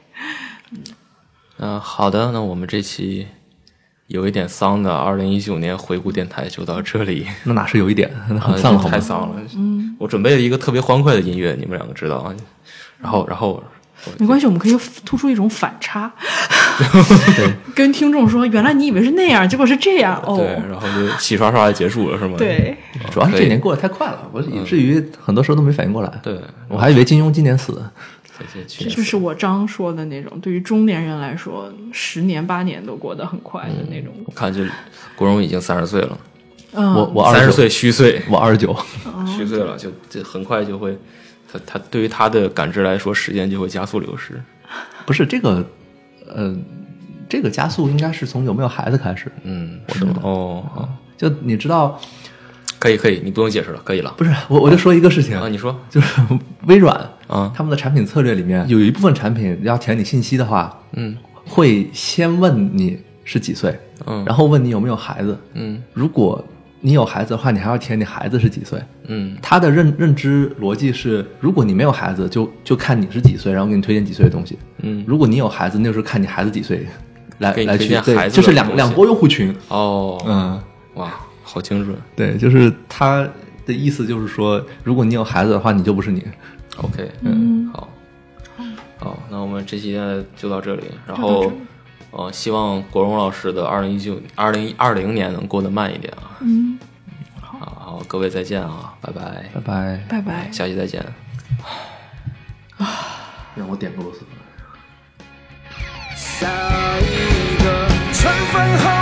A: 嗯，好的，那我们这期有一点丧的二零一九年回顾电台就到这里，
C: 那哪是有一点，那
A: 啊
C: 很嗯丧了好吗
A: 太？丧了。嗯，我准备了一个特别欢快的音乐，你们两个知道啊。然后，然后
B: 没关系，我们可以突出一种反差， 跟听众说，原来你以为是那样，结果是这样哦
A: 对，。然后就洗刷刷的结束了，是吗？嗯
B: 对，
C: 主要是
A: 可
C: 这
A: 以
C: 年过得太快了，我以至于很多时候都没反应过来。啊
A: 对，
C: 嗯我还以为金庸今年死，
A: 再见去
B: 这
A: 年
B: 就是我张说的那种，对于中年人来说，十年八年都过得很快的那种。
A: 我看这国荣已经三十岁了，
B: 嗯，
C: 我我
A: 三
C: 二哦
A: 十，岁虚岁，
C: 我二十九，
A: 虚岁了，就这很快就会，他他对于他的感知来说，时间就会加速流逝。
C: 不是这个，呃，这个加速应该是从有没有孩子开始。
A: 嗯，是吗？哦，好
C: 就你知道，
A: 可以可以，你不用解释了，可以了。
C: 不是我我就说一个事情，
A: 啊，你说
C: 就是微软
A: 啊
C: 他们的产品策略里面有一部分产品要填你信息的话，
A: 嗯
C: 会先问你是几岁，
A: 嗯
C: 然后问你有没有孩子。
A: 嗯
C: 如果你有孩子的话，你还要填你孩子是几岁。
A: 嗯
C: 他的认认知逻辑是，如果你没有孩子，就就看你是几岁，然后给你推荐几岁的东西；
A: 嗯，
C: 如果你有孩子，那就是看你孩子几岁来
A: 给你
C: 来
A: 推
C: 去
A: 荐孩
C: 对，
A: 子
C: 就是
A: 的
C: 两
A: 东
C: 两
A: 西
C: 波用户群。
A: 哦，
C: 嗯，
A: 哇，好精准。
C: 对，就是他的意思就是说，如果你有孩子的话，你就不是你。
A: OK，
B: 嗯，
A: 好，好，那我们这期呢就到这里，然后。呃，希望国荣老师的二零一九、二零二零年能过得慢一点啊！
B: 嗯，
A: 啊，好，各位再见啊，拜拜，
C: 拜拜，
B: 拜拜。
A: 下期再见。
C: 让我点个螺蛳粉。
D: 下一个春分后哦